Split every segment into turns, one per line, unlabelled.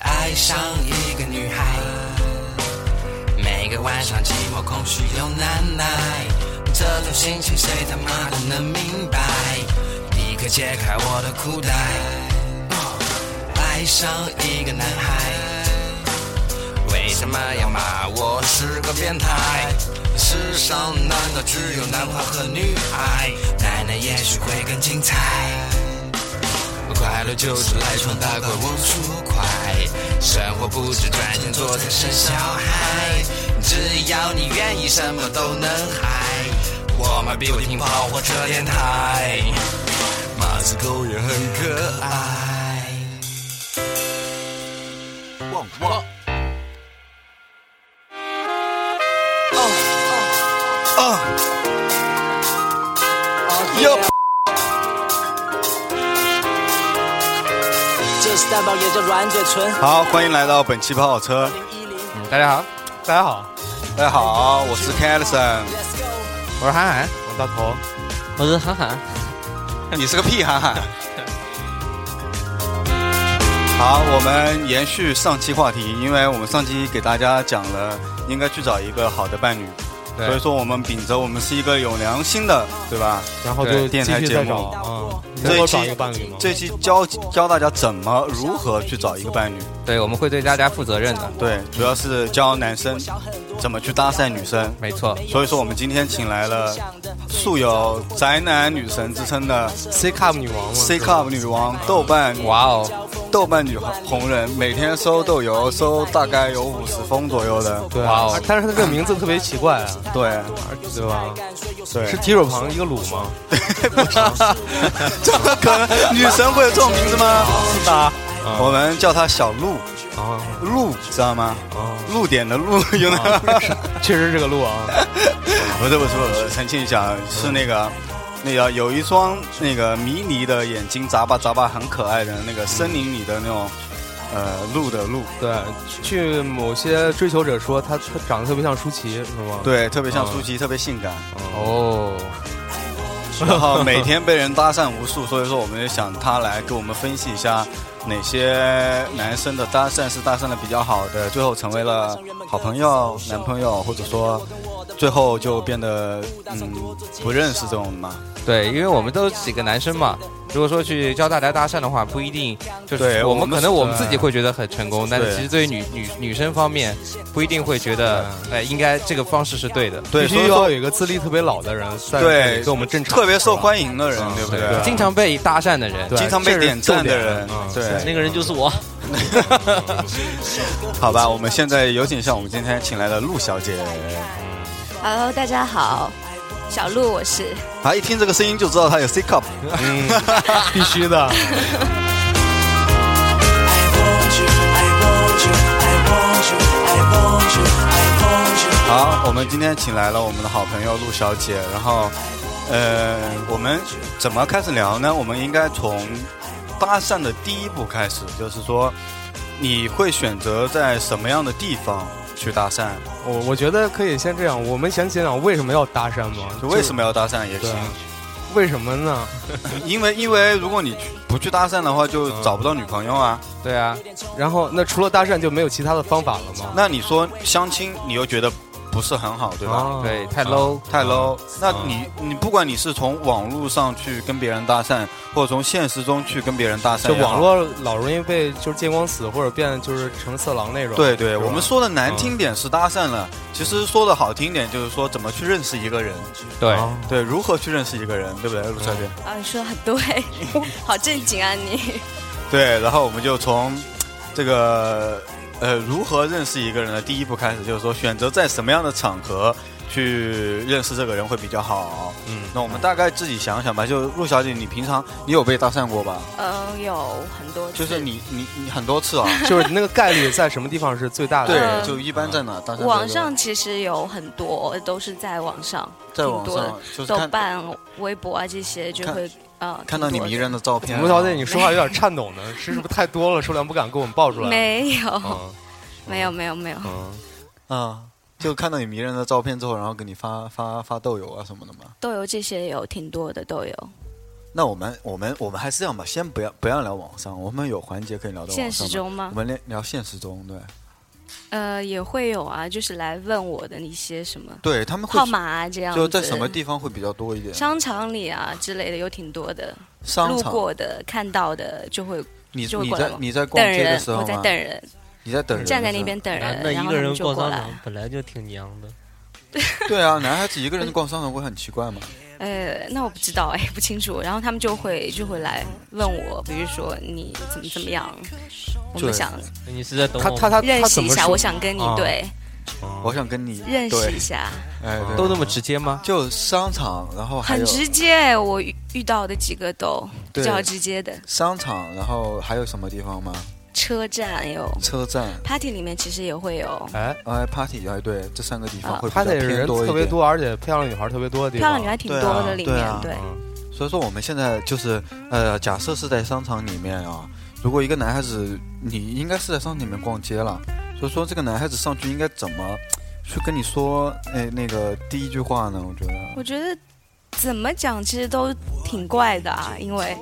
爱上一个女孩，每个晚上寂寞空虚又难耐，这种心情谁他妈的能明白？立刻解开我的裤带，爱上一个男孩，为什么要骂我是个变态？世上难道只有男孩和女孩？奶奶也许会更精彩。快乐就是来闯大怪，往出快。生活不止赚钱、做菜、生小孩，只要你愿意，什么都能嗨。我们不停跑火车电台，马子狗也很可爱。汪汪。
哦
哦哦哟。
这是蛋堡爷的软嘴唇。
好，欢迎来到本期跑跑车。
大家好，大家好，
大家好，我是 k e l s o n
我是涵涵，我大头，
我是涵涵，
你是个屁憨憨。好，我们延续上期话题，因为我们上期给大家讲了应该去找一个好的伴侣，
对
所以说我们秉着我们是一个有良心的，对吧？
然后
对
就
电台
继续
节
再
目
找啊，嗯
这
能
一
够
期
找一个伴侣吗？
这期教教大家怎么如何去找一个伴侣，
对，我们会对大家负责任的，
对，主要是教男生怎么去搭讪女生。
没错，
所以说我们今天请来了素有“宅男女神”之称的
C cup 女王嘛
C Cup 女王，豆瓣
哇哦，
豆瓣女红人，每天收豆油，收大概有五十封左右的。
对
哇
啊
哦，
但是她这个名字特别奇怪啊，
对
对吧？
对，
是提手旁一个鲁吗？
这么可能？女神会有这种名字吗？
是嗯的，
我们叫她小鹿，
啊
鹿知道吗？
啊，
鹿点的鹿，有那个？
确啊实是个路啊，
不是不是不是，澄清一下，是那个。那个有一双那个迷离的眼睛，眨巴眨巴，很可爱的那个森林里的那种，呃，鹿的鹿，
对，据某些追求者说，她她长得特别像舒淇，是吗？，
对，特别像
嗯
舒淇，特别性感。
哦，
然后每天被人搭讪无数，所以说我们就想他来给我们分析一下哪些男生的搭讪是搭讪的比较好的，最后成为了好朋友、男朋友，或者说最后就变得嗯不认识这种嘛。
对，因为我们都是几个男生嘛，如果说去教大家搭讪的话，不一定就
对
是我
我
们
们
可能我们自己会觉得很成功，但是
对
其实对于女女女生方面，不一定会觉得，哎，应该这个方式是对的。
对，
必
所
须
以
要
说
有一个资历特别老的人在这
对
里跟我们正常，嗯
特别受欢迎的人，对不对？
对
经常被搭讪的人，
对
经常被
这是
点赞的
重点
人
嗯，
对，
那个人就是我。
好吧，我们现在有请一下我们今天请来的陆小姐。
Hello，大家好，小鹿我是。
啊，一听这个声音就知道她有 C cup。
嗯，必 须的，
好，我们今天请来了我们的好朋友陆小姐，然后，呃，我们怎么开始聊呢？我们应该从搭讪的第一步开始，就是说，你会选择在什么样的地方去搭讪？
我我觉得可以先这样，我们先讲讲为什么要搭讪吗？
就为什么要搭讪也
对
行，
啊为什么呢？
因为因为如果你去不去搭讪的话，就找不到女朋友啊。
对啊，
然后那除了搭讪就没有其他的方法了吗？
那你说相亲，你又觉得不是很好，对吧？
啊
对，太 low。
太
哦
low。那你你不管你是从网络上去跟别人搭讪，或者从现实中去跟别人搭讪
就
也好，
网络老容易被就是见光死或者变就是成色狼那种。
对对，
是吧嗯
我们说的难听点是搭讪了，其实说的好听点就是说怎么去认识一个人，
对，
啊
对，如何去认识一个人，对不对，陆小姐？
啊，你说得很 对，好正经啊你。
对，然后我们就从这个呃如何认识一个人的第一步开始，就是说选择在什么样的场合去认识这个人会比较好。
嗯，
那我们大概自己想想吧。就陆小姐，你平常你有被搭讪过吧？
嗯，有很多次。
就是你你你很多 次啊。
就是那个概率在什么地方是最大的？
对，
嗯
就一般在哪搭讪这个？
网上其实有很多都是在网上，
在网
挺多
上
的
就是
豆
看
瓣、微博啊这些就
看
会呃
看到你迷人
的。
的照片啊。
吴小姐，你说话有点颤抖呢，是是不是太多了，数量不敢给我们报出来？
没
哦
有，
嗯
没有，没有，没有。
嗯，
啊，就看到你迷人的照片之后，然后给你发发发豆油啊什么的嘛。
豆油这些有挺多的豆油，
那我们我们我们还是这样吧，先不要不要聊网上，我们有环节可以聊到网上
现
吗
实中吗
我？们聊聊现实中，对
呃，也会有啊，就是来问我的一些什么
对，他们会
号码啊，这样
就
子。
在什么地方会比较多一点？
商场里啊之类的有挺多的，
商
路
场，
过的、看到的就会
你
就会
你
过来
在
嘛
你在
等
逛街的
人，
时候
我在
吗？
等人，
你在等人，
站在那。边等
男
人，
的
然
一个
后他们
人
就
逛
过
商
来
场。本来就挺娘的，
对啊，男孩子一个人逛商场会很奇怪嘛？
呃，那我不知道 哎，不清楚。然后他们就会就会来问我，比如说你怎么怎么样，我
对
们想
你是在等
他
我
他他
吗？
认
他
识
怎
一
么
下，
说
我想跟你
啊
对
我想跟你
认识
对
一下，
哎，
哦
对
都那么直接吗？
就商场，然后还
很
有
直接哎。我遇遇到的几个都比
对
较直接的，
商场，然后还有什么地方吗？
车站有
车站，
party 里面其实也会有
哎，
哎，party，哎，对，这三个地方会比
他
较
得人
偏多一
特别
点。
多，而且漂亮女孩特别多的地
漂
方。嗯
亮女孩挺
对
多
啊
的里
对
面
啊，
对，
所以说我们现在就是呃，假设是在商场里面啊，如果一个男孩子，你应该是在商场里面逛街了，所以说这个男孩子上去应该怎么去跟你说？哎，那个第一句话呢？我觉得
我觉得怎么讲其实都挺怪的啊，因为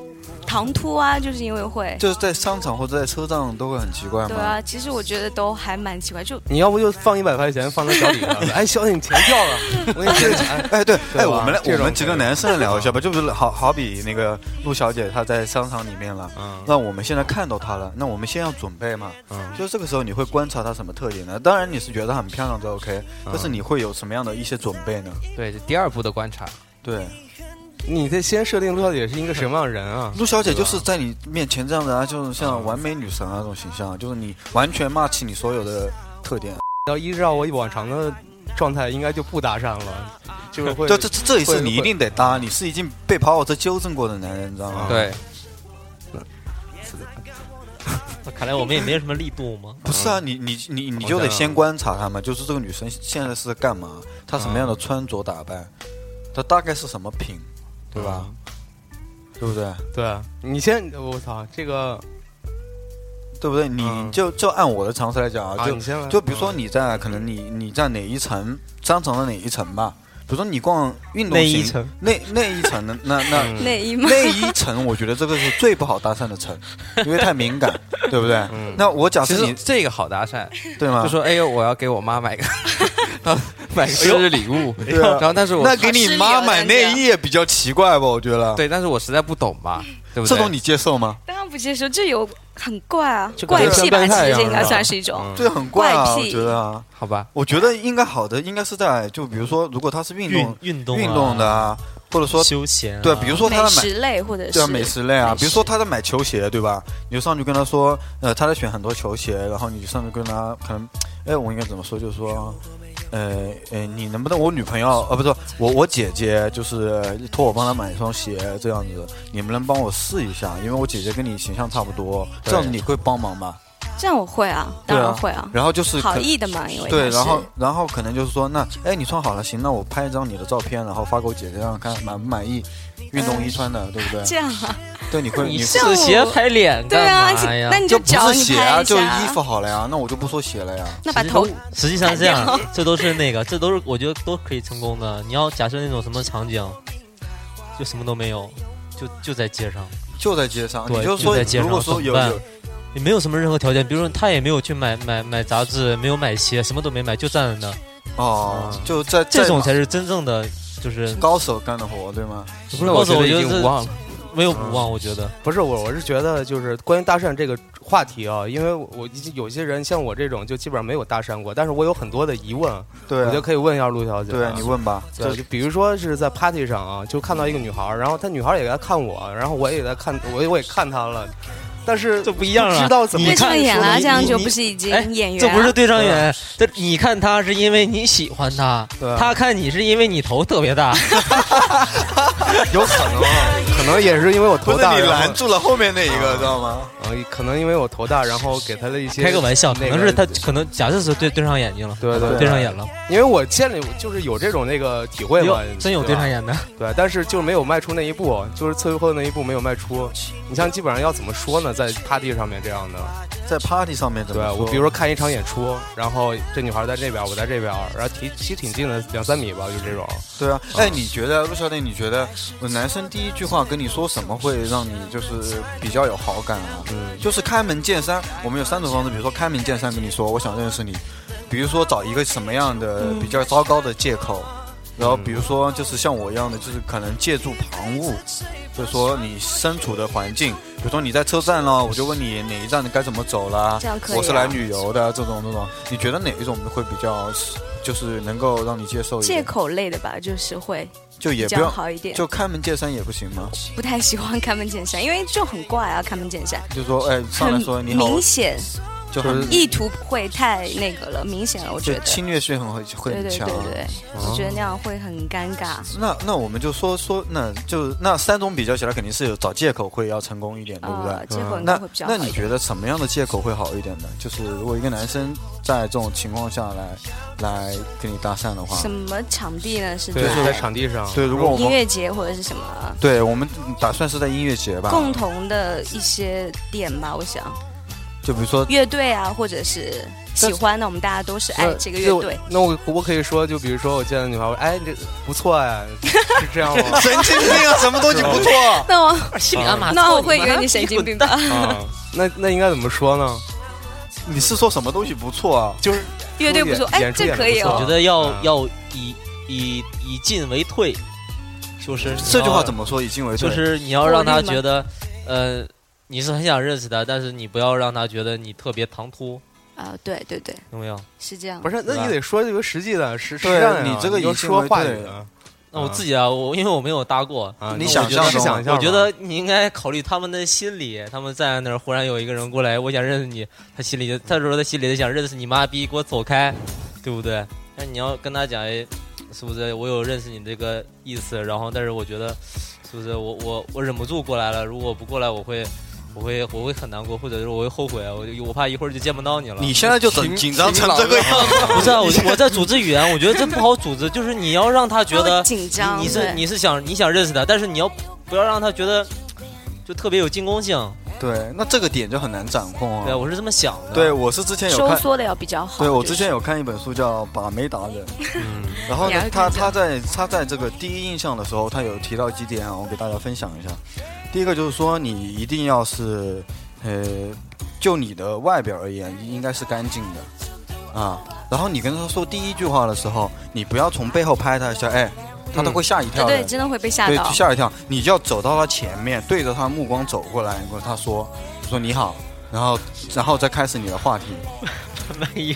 唐突啊，就是因为会。
就是在商场或者在车站都会很奇怪
对
嘛。
啊，其实我觉得都还蛮奇怪，就
嗯
你要不就放一百块钱放他脚底上， 哎，小姐你钱掉了，我给你借 钱。
哎，对，
对
哎，
吧
我们来，
这
我
种
们几个男生来聊一下吧，就 不是好好比那个陆小姐她在商场里面了，
嗯
那我们现在看到她了，那我们先要准备嘛，
嗯
就这个时候你会观察她什么特点呢？当然你是觉得她很漂亮，这 OK，但
嗯
是你会有什么样的一些准备呢？
对，这第二步的观察，
对，
你得先设定陆小姐是一个什么样的人 啊？
陆小姐就是在你面前这样
嗯
的啊，就是像完美女神啊这种形象，就是你完全 match 你所有的特点，
要依照我往常的状态，应该就不搭讪了，就是会
就这这这一次
会
你一定得搭，你是已经被跑火车纠正过的男人，你知道
嗯
吗？，
对，
看来我们也没什么力度嘛。
不是啊，你你你你
嗯好
就得
像啊
先观察她嘛，就是这个女生现在是在干嘛，她什么
嗯
样的穿着打扮，她大概是什么品，对吧？对不对？
对啊你先，我操，这个
对不对？你
嗯
就就按我的常识来讲啊，
啊，
就
你先来，
就比如说
嗯
你在可能你你在哪一层商场的哪一层吧，比如说你逛运动
那一
型
层，
那那一层的 那那
嗯
内衣嘛，
那一层，我觉得这个是最不好搭讪的层，因为太敏感，对不对？
嗯
那我假
其
设
实
你
这个好搭讪，
对吗
啊
就？说哎呦，我要给我妈 买个，买个生日礼物，
哎
对啊
然后但是我
那给你妈买
啊
内衣也比较奇怪吧？我觉得，
对，但是我实在不懂嘛，对不对？
这种你接受吗？
当然不接受，这有很怪啊，
就跟
怪癖吧，
变
其
态一
实
样
这应该
是吧
算是一种。
这很怪啊，
怪
我
癖
觉得啊，
好吧，
我觉得应该好的应该是在就比如说，如果他是运
运
动
运动啊
运动的啊，或者说
休闲啊
对，比如说他在
美
买
食类或者
对啊，
是
美食类啊，
美
比如说他在买球鞋，对吧？你就上去跟他说，呃，他在选很多球鞋，然后你就上去跟他可能，哎，我应该怎么说？就是说，呃，呃，你能不能我女朋友，呃，不是我我姐姐，就是托我帮她买一双鞋这样子，你们能帮我试一下？因为我姐姐跟你形象差不多，这样子你会帮忙吗？
这样我会啊，
对
当
啊
然会啊，
然后就是
好
可
意的啊嘛，因为
对，
它是
然后然后可能就是说，那哎，你穿好了，行，那我拍一张你的照片，然后发给我姐姐，让她看满不满意，运动衣穿的，对不对？
这样啊，
对，你会
你
你
是鞋拍脸
对啊
干，嘛呀
那？你
就
就
不
脚
是
你
鞋
拍
啊，
一
就
下
衣，服好了呀。那我就不说鞋了呀。
那把
其实
头
都实际上是这
砍
样
掉，
这都是那个，这都是我觉得都可以成功的。你要假设那种什么场景，就什么都没有，就就在街上，
就在街上，
对
你就
就
说，
在街上
如果说有
怎么办
有，
也没有什么任何条件，比如说他也没有去买买买杂志，没有买鞋，什么都没买，就站在那，
哦，就在
嗯这种
在
才是真正的，就是
高手干的活，对吗？
不是，
那
我
我
觉
觉
得
得
已
已经
经
无
无望了。
没有不忘。我觉得
不是我，我是觉得就是关于搭讪这个话题啊，因为我有些人像我这种就基本上没有搭讪过，但是我有很多的疑问，
对
我觉得
啊，
可以问一下陆小姐。
对啊，你问吧。
对，就比如说是在 party 上啊，就看到一个女孩儿，然后她女孩儿也在看我，然后我也在看，我我也看她了，但是
这不一样啊
不知道怎么
你
对
看
上演
说
了，
你
这样
你
就
你
不是已经
哎
嗯演员，啊
这不是对上眼，这你看他是因为你喜欢他，
对
他看你是因为你头特别大，
有可能啊，可能也是因为我头大，然后
住了后面那一
啊
个，知道吗？
呃，可能因为我头大，然后给她了一些
开个玩笑，可
那
能
个
是他可能假设是对对上眼睛了，
对对
对上眼了，
因为我见了就是有这种那个体会
有
嘛，
真有
对
对
吧
上眼的，
对，但是就是没有迈出那一步，就是最后那一步没有迈出。你像基本上要怎么说呢，在 party 上面这样的，
在 party 上面怎
对
啊
么
我比如说看一场演出，然后这女孩在这边，我在这边，然后挺其实挺近的，两三米吧，就这种。
对啊，哎，你觉得陆小姐，你觉得呃男生第一句话跟你说什么会让你就是比较有好感啊？就是开门见山。我们有三种方式，比如说开门见山跟你说我想认识你，比如说找一个什么样的比较糟糕的借口，然后比如说就是像我一样的，就是可能借助旁骛，就是说你身处的环境，比如说你在车站了，我就问你哪一站该怎么走啦
这样，可以啊
我是来旅游的这种这种，你觉得哪一种会比较就是能够让你接受一
借
点？
口类的吧，就是会
就
比
也不
较
要
好一点。
就开门见山也不行吗？
不太喜欢开门见山，因为就很怪啊，开门见山，
就说哎，上来说
很
你好，
明显，
就很
意图不会太那个了，明显了，我觉
就
得。
侵略性很会会
对
很
对
强
对。对，我觉得那样会很尴尬。
那那我们就说说，那就那三种比较起来，肯定是有找借口会要成功一点，对不对？嗯
呃，借口应该
那
会比较好
那
一
你
点。
觉得什么样的借口会好一点呢？就是如果一个男生在这种情况下来来跟你搭讪的话，
什么场地呢？是
对，
在
在场地上，
对，如果我
音
们
乐节或者是什么
对我们打算是在音乐节吧，
共同的一些点吧？我想
就比如说
乐队啊，或者是喜欢的，我们大家都是爱
那
哎这个乐队。。
那我那我我可以说，就比如说我见到女孩，我哎，这不错哎，是这样 吗？
神经病啊，什么东西 不错？
那我
心里暗骂
那
操
我会以
妈
为你 神经病吧？
啊，那那应该怎么说呢？
你是说什么东西不错啊？
就是
乐队不错，哎，
演出
这
演
可以
得不
我
错
哦
觉。得要
嗯
要以以以进为退，就是
这句话怎
么？
么说？已经为对
啊就是你要让他
过滤吗
觉得，呃，你是很想认识他，但是你不要让他觉得你特别唐突，
啊，对对对，
有没有？
是这样
不。是，那
是吧
你得说这个实际的，实实
对
战呀啊
你这个
你就
已经
说
为
话
对
语啊
那我自己啊，我因为我没有搭过，
啊，
你
那
想
我觉得
象中
想一下吧
我觉得你应该考虑他们的心理，他们站在那儿，忽然有一个人过来，我想认识你，他心里就，他说他心里就想认识你妈逼，给我走开，对不对？那你要跟他讲，哎，是不是我有认识你这个意思？然后，但是我觉得，是不是我我我忍不住过来了？如果不过来，我会我会我会很难过，或者是我会后悔，啊我就我怕一会儿就见不到你了。
你现在就紧紧张成这个样子，
不是、啊、我我在组织语言，我觉得这不好组织，就是你要让他觉
他
得
会紧张
你你是
对
你是想你想认识他，但是你要不要让他觉得就特别有进攻性？
对，那这个点就很难掌控
对，
啊。
我是这么想的。
对，我是之前有
收
看，
缩的要比较好。
对我
就
之
是
前有看一本书叫《把妹达人》，
嗯
然后
也
呢
要，
他
看一下
他在他在这个第一印象的时候，他有提到几点啊，我给大家分享一下。第一个就是说，你一定要是，呃，就你的外表而言，应该是干净的啊。然后你跟他说第一句话的时候，你不要从背后拍他一下，哎，他
嗯
都会吓一
对
跳的。
对，真的会被吓
对，
到。
吓一跳。你就要走到他前面，对着他目光走过来，你跟他说，说你好，然后然后再开始你的话题。
万一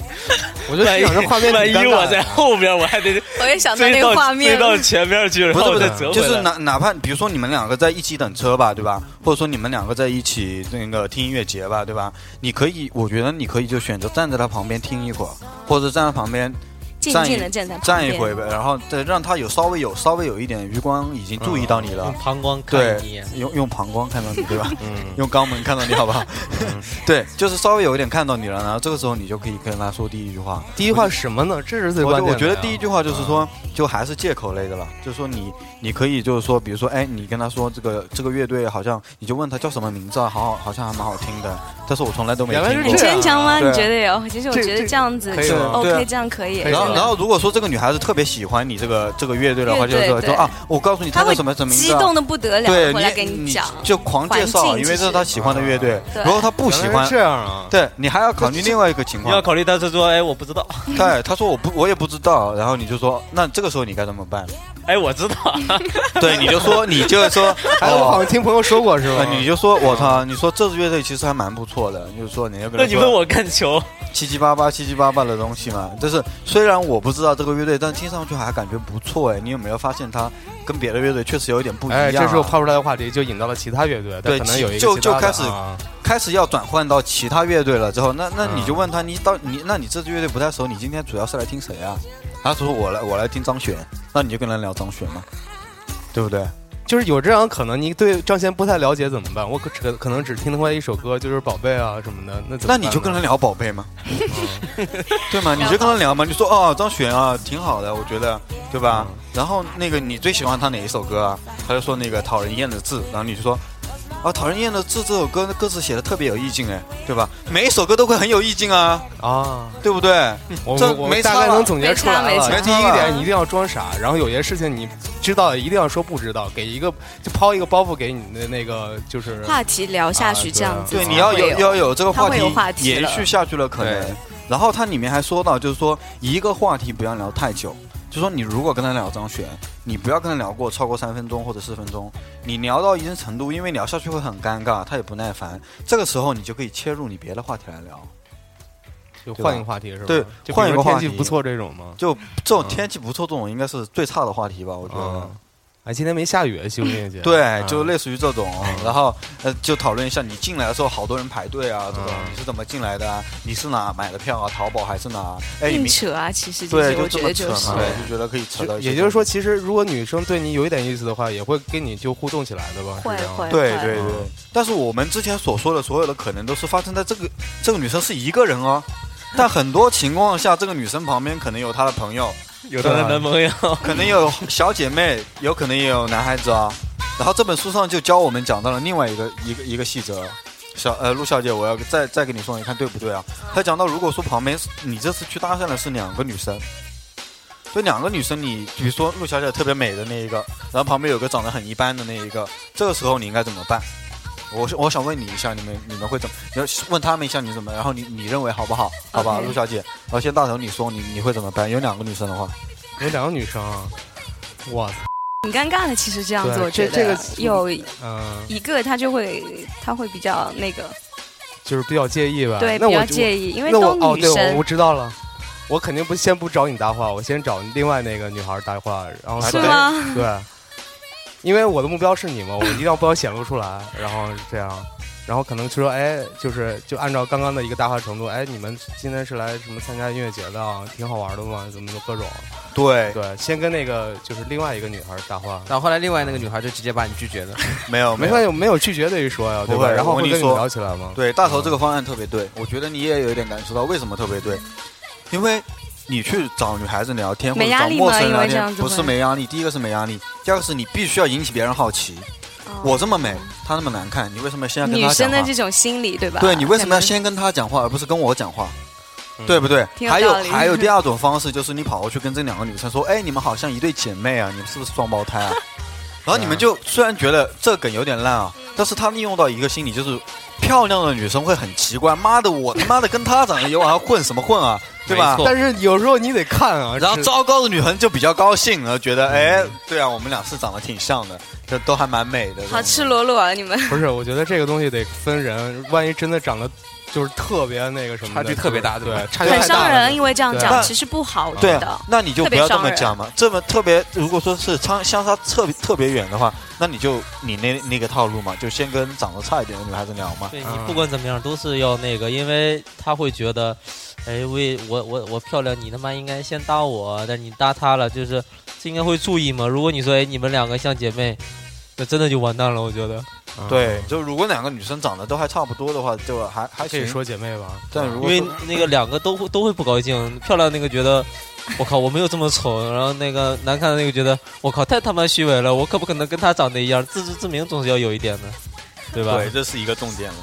我就想这画面挺尴尬的，
后边，我还得
我也想到那个画面，
前面去，然
不是不是，就是哪哪怕比如说你们两个在一起等车吧，对吧？或者说你们两个在一起那个听音乐节吧，对吧？你可以，我觉得你可以就选择站在他旁边听一会儿，或者站在旁边
静静的站在旁
站一
边
会儿呗，然后再让他有稍微有稍微有一点余光已经注意到你了
用。膀胱嗯看
对嗯
你，，
用用膀胱看到你，对吧？
嗯
用肛门看到你，好不好？ 对，就是稍微有一点看到你了，然后这个时候你就可以跟他说第一句话。
第一话什么呢？这是最
我
关键的
我觉
呀。
得第一句话就是说，就还是借口类的了，就是说你你可以就是说，比如说，哎，你跟他说这个这个乐队好像，你就问他叫什么名字啊，好好好像还蛮好听的，但是我从来都没
原来是
听过
这
很
样。
牵强吗？
对啊
你觉得有？其实我
这
觉得
这
这样子
可以
就
吗
对啊
OK，这样可以。
可以
然后，
对
然后如果说这个女孩子特别喜欢你这个这个乐队的话，
乐
就是
队
说说
对
啊，我告诉你，
他
他叫
会
什么什么名字
激
啊，
动的不得了，
对，
回来给
你
讲。
就狂介
环
绍，
境
因
其
为这是
实
他喜欢的乐队。
对
如果他不喜
原来
欢
是，这样啊。
对你还要考虑另外一个情
你要
况，
考虑到是说，哎，我不知道，
对，他说我不我也不知道，然后你就说，那这个时候你该怎么 办？
哎，我知道，
对，你就说，你就 说，
哎，我好
哦
像听朋友说过是
呃
吧？
你就说，我操！你说这支乐队其实还蛮不错的，你就说你要跟
那
他
你问
说
我干球，
七七八八、七七八八的东西嘛。就是虽然我不知道这个乐队，但听上去还感觉不错哎。你有没有发现它跟别的乐队确实有一点不一样、啊？
哎，这时候抛出来的话题就引到了其他乐队，
对
但可能有一个
就
其他的
就开始
啊
开始要转换到其他乐队了之后，那那
嗯
你就问他，你到你那你这支乐队不太熟，你今天主要是来听谁啊？他说我来我来听张悬，那你就跟他聊张悬嘛，对不对？
就是有这样的可能，你对张贤不太了解怎么办？我可可可能只听过一首歌，就是《宝贝》啊什么的，那怎么
那
办呢？
你就跟他聊宝 贝嘛，对吗？你就跟他聊嘛，你说哦，张悬啊，挺好的，我觉得，对
嗯
吧？然后那个你最喜欢他哪一首歌啊？他就说那个《讨人厌的字》，然后你就说。啊，《讨人厌的字》这首歌的歌词写的特别有意境哎，对吧？每一首歌都会很有意境啊，
啊，
对不对？
我
这
我我
没
大
差
概
了
能总结出来啊
没差没
了。
差
第一
没差
点，你一定要装傻，然后有些事情你知道一定要说不知道，给一个就抛一个包袱给你的那个就是
话题聊下去
啊
这样子才
对，
会，
你要有要有这个
它
话
会
题
有话题
延
了
续下去了，可
对
能。然后它里面还说到，就是说一个话题不要聊太久，就说你如果跟他聊张悬，你不要跟他聊过超过三分钟或者四分钟，你聊到一定程度，因为聊下去会很尴尬，他也不耐烦，这个时候你就可以切入你别的话题来聊。
就换一个话题是吧？
对
就比如
换一个
说
话
天气
题
不错这种吗？
就
嗯
这种天气不错，这种应该是最差的话题吧，我觉得
嗯。，哎，今天没下雨，西部音乐节。
对，
嗯
就类似于这种， 然后呃，就讨论一下你进来的时候，好多人排队啊，这种
嗯
你是怎么进来的啊？你是哪买的票啊？淘宝还是哪？哎，你
硬
明
扯啊，其实这
对，
些我觉
这
得
么
就
扯
是
嘛，对，就觉得可以扯到
就
一些。
也就是说，，其实如果女生对你有一点意思的话，也会跟你就互动起来的吧？
会
是这样吗
会
对
会
对对
嗯。
但是我们之前所说的所有的可能，都是发生在这个这个女生是一个人哦。但很多情况下，这个女生旁边可能有她的朋友，
有她
啊
的男朋友，
可能有小姐妹，有可能也有男孩子啊。然后这本书上就教我们讲到了另外一个一个一个细则，小呃陆小姐，我要再再给你说，你看对不对啊？他讲到，如果说旁边是你这次去搭讪的是两个女生，就两个女生你，比如说陆小姐特别美的那一个，然后旁边有个长得很一般的那一个，这个时候你应该怎么办？我我想问你一下，你们你们会怎么？你要问他们一下你怎么，然后你你认为好不好？好吧，
OK
陆小姐，然后先大头你说你你会怎么办？有两个女生的话，
有两个女生啊，我操，
挺尴尬的。其实这样子，
对
我觉得
这这个
有
嗯，
一个他就会他会比较那个，
就是比较介
啊
意吧？
对，
那
比
我
较
就
介意，因为
那我
都
哦，
女
对，我
生
我，知道了，我肯定不先不找你搭话，我先找另外那个女孩搭话，然后
是
说
吗？
对，因为我的目标是你嘛，我一定要不要显露出来，然后这样，然后可能就说，哎，就是就按照刚刚的一个搭话程度，哎，你们今天是来什么参加音乐节的啊，挺好玩的嘛，怎么的各种，
对，
对，先跟那个就是另外一个女孩搭话，
然后后来另外那个女孩就直接把你拒绝了。
没有
没
有
关系，我没有拒绝的一说呀，对
不
吧？
会
然后
我
会
跟
跟
你
你们
说
聊起来吗？
对，大头这个方案特别对，我觉得你也有一点感受到为什么特别对，因为你去找女孩子聊天或
没
者
压
找
力
陌
吗
生人
因为
聊
这样
天，
子
不是
会
没压力，第一个是没压力，第二个是你必须要引起别人好奇。
哦
我这么美，她那么难看，你为什么先要跟
女
她
生
讲
的
话
这？种心理，对吧？
对你为什么要
可能
先跟她讲话，而不是跟我讲话？对不对？
挺有
还有
道理
还有第二种方式，就是你跑过去跟这两个女生说：“哎，你们好像一对姐妹啊，你们是不是双胞胎啊？” 然后你
嗯
们就虽然觉得这梗有点烂啊，但是他利用到一个心理，就是漂亮的女生会很奇怪，妈的我他妈的跟她长得一样，还混什么混啊，对吧
没？错
但是有时候你得看啊，
然后
这
糟糕的女生就比较高兴，然后觉得哎，对啊，我们俩是长得挺像的，这都还蛮美的。
好赤裸裸啊，你们
不是，我觉得这个东西得分人，万一真的长得就是特别那个什么
差
的，
距特别大
就是
对
对，
吧
差距
很
太
伤
大了
人，。因为这样
对
讲其实不好
啊对
的
啊。，那你就不
特别
要这
伤
么
人
讲嘛。这么特别，如果说是相相差特别特别远的话，那你就你那那个套路嘛，就先跟长得差一点的女孩子聊嘛。
对你
嗯
不管怎么样都是要那个，因为他会觉得，哎，为我我我漂亮，你他妈应该先搭我，但你搭他了，就是这应该会注意嘛。如果你说哎你们两个像姐妹，那真的就完蛋了，我觉得。
嗯，
对，就如果两个女生长得都还差不多的话，就还还
可以
行。
说姐妹吧。
但如
因
果
为
说
那个两个都会都会不高兴，漂亮那个觉得。我靠，我没有这么丑。然后那个难看的那个觉得，我靠，太他妈虚伪了。我可不可能跟他长得一样？自知之明总是要有一点的，对吧？
对，这是一个重点了。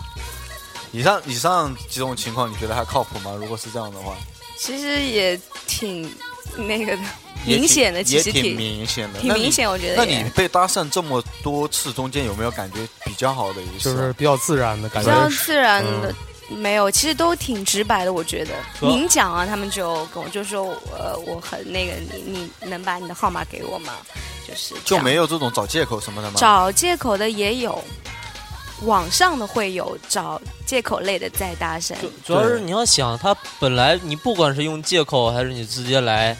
以上以上几种情况，你觉得还靠谱吗？如果是这样的话，
其实也挺那个的，
也挺
明显的其实
也挺
挺
明显的，
挺
那你
明。显，我觉得
那
也
你被搭讪这么多次中间，有没有感觉比较好的一次
就
啊？
是比较自然的感
比
觉
较，自然
嗯
的。没有，其实都挺直白的，我觉得。
说
明讲啊，他们就跟我就说，呃，我很那个，你你能把你的号码给我吗？就是这
就
样
没有这种找借口什么的吗？
找借口的也有，网上的会有找借口类的在搭讪，
主主要是你要想，他本来你不管是用借口还是你直接来，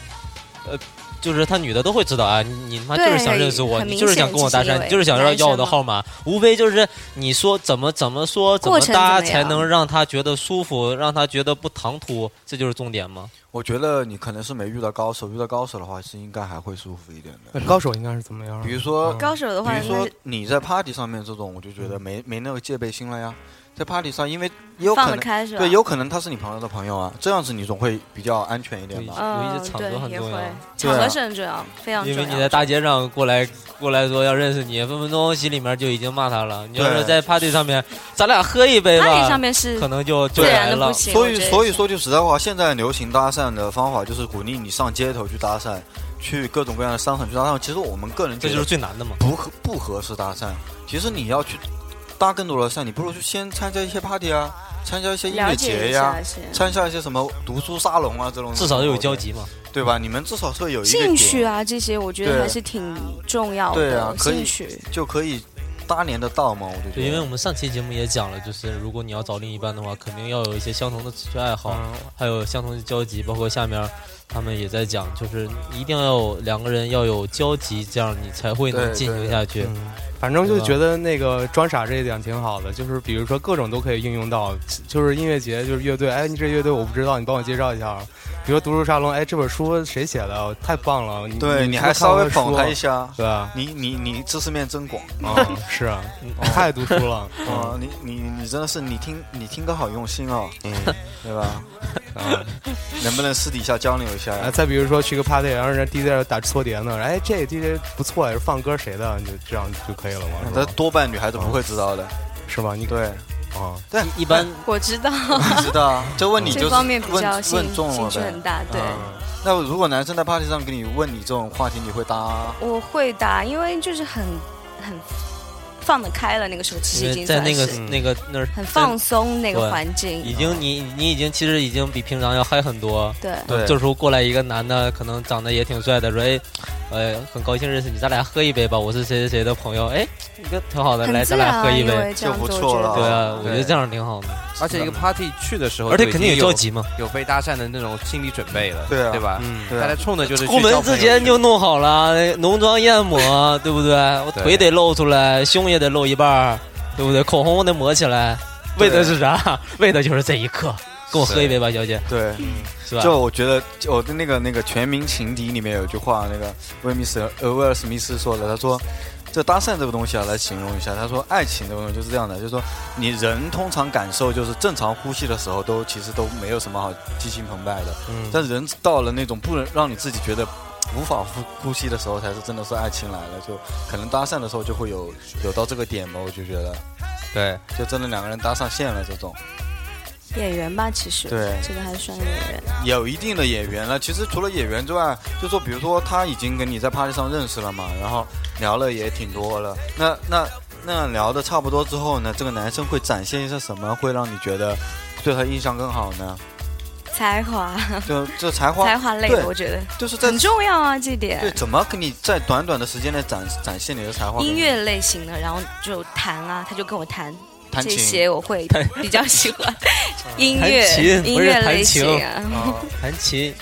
呃，就是他女的都会知道啊，你你他妈就
对
是想认识我，
很
你
明
就是想跟我搭
显
讪，
其实
你就是想要
男生
要我的
嘛
号码，无非就是你说怎么怎么说怎么
过程
搭
怎么
才
样
能让他觉得舒服，让他觉得不唐突，这就是重点嘛。
我觉得你可能是没遇到高手，遇到高手的话是应该还会舒服一点的。
那高手应该是怎么样？
比如说
嗯
高手的话
比如
应该
说
是
你在 party 上面这种，我就觉得没没那个戒备心了呀。在 party 上，因为也有可
放得
能
开是吧？
对，有可能他是你朋友的朋友啊，这样子你总会比较安全一点
对
吧。
嗯，
有一些场合
对，
很
也
重
会
要，
场
对
合
啊
是很重要，非常重
因
要。
为你在大街上过来过来说要认识你，分分钟心里面就已经骂他了。你要是
对
在 party 上面，咱俩喝一杯吧，
party 上面是
可能就就
自然
来
的
了
不。行，
所以，所
以
以说句实在话，现在流行搭讪的方法就是鼓励你上街头去搭讪，去各种各样的商场去搭讪。其实我们个人
这
觉
就是
得
最难的嘛。
不合不合适搭讪。其实你要去搭更多的讪，你不如去先参加一些 party 啊，参加一些音
了
乐
解
节
一
呀
下、先。
参加一些什么读书沙龙啊这种，
至少有交，集嘛，
对吧？你们至少是有一个
兴趣
点
啊，这些我觉得
对
还是挺重要的。
对啊可以
兴趣
就可以搭连得到嘛，我就觉得。
对，因为我们上期节目也讲了，就是如果你要找另一半的话，肯定要有一些相同的兴趣爱
嗯
好，还有相同的交集，包括下面他们也在讲，就是一定要有两个人要有交集，这样你才会能
对
进行下去。
嗯，反正就
对吧
觉得那个装傻这一点挺好的，就是比如说各种都可以应用到，就是音乐节，就是乐队，哎，你这乐队我不知道，你帮我介绍一下。比如说读书沙龙，哎，这本书谁写的？哦太棒了！你
对，你
你是
还
不是看
稍
过
微
的书
捧
啊
他一下，
对吧？
你你你知识面真广
啊、是啊，太读书了。
嗯
啊！你你你真的是你听你听歌好用心哦，
嗯
对吧？
啊，
能不能私底下交流一下
哎
呀？
再比如说去个 party，然后人家 DJ 打搓碟呢，哎，这 DJ 不错，也是放歌谁的，你就这样就可以了嘛，是
这
吧？
多半女孩子不会知道的，
嗯
是吧？你
对，
啊，
但
一般
我知道，
不知道
嗯
啊，就问你就是
这方面比较
问
兴
问中
兴
了
趣
呗啊
很。大，对。
嗯
那如果男生在 party 上跟你问你这种话题，你会搭？
我会打，因为就是很很放得开了，那个时候其
因
实已
为
经
在
算
那个
是
那个那儿
很放松那个
对
环
已
境，
经你你已经其实已经比平常要嗨很多。
对。
对
这时候过来一个男的，可能长得也挺帅的，说哎，呃，很高兴认识你，咱俩喝一杯吧，我是谁谁谁的朋友，哎，你个挺好的，来
很自
咱
然
俩
啊，
喝一
因
杯，
为这样
就不
做
错了
我觉
对
得
啊，我
对
觉得这样挺好的，
而且一个 party 去的时候，
而且肯定
有
有交，集嘛。
有被搭讪的那种心理准备了，
对啊
对吧？
嗯，
对
大家
啊，
冲的就是去
出门
交朋友
之前
去
就弄好了，那浓妆艳抹， 对不对？我
对
腿得露出来，胸也得露一半儿，对不对？口红我得抹起来，为的是啥？ 为的就是这一刻。跟我喝一杯吧，小姐，
对，
是吧？
就我觉得，就我的那个那个《全民情敌》里面有句话，那个威米斯呃威尔史密斯说的，他说。这搭讪这个东西啊，来形容一下。他说，爱情这个东西就是这样的，就是说，你人通常感受就是正常呼吸的时候都，其实都没有什么好激情澎湃的。
嗯
但人到了那种不能让你自己觉得无法呼呼吸的时候，才是真的是爱情来了。就可能搭讪的时候就会有有到这个点吧，我就觉得，
对，
就真的两个人搭上线了这种。
演员吧，其实
对
这个还算演员，
有一定的演员了。其实除了演员之外，就说比如说他已经跟你在 party 上认识了嘛，然后聊了也挺多了。那那那聊的差不多之后呢，这个男生会展现一些什么，会让你觉得对他印象更好 呢？
才华
就这才华，
才华类
对
的，我觉得
就是在
很重要啊，这点
对怎么给你在短短的时间内展展现你的才华？
音乐类型的，然后就弹啊，他就跟我弹。
弹
这
琴
些我会比较喜欢，音乐
弹琴
音
不是
乐类
弹琴
型啊，
啊
弹琴，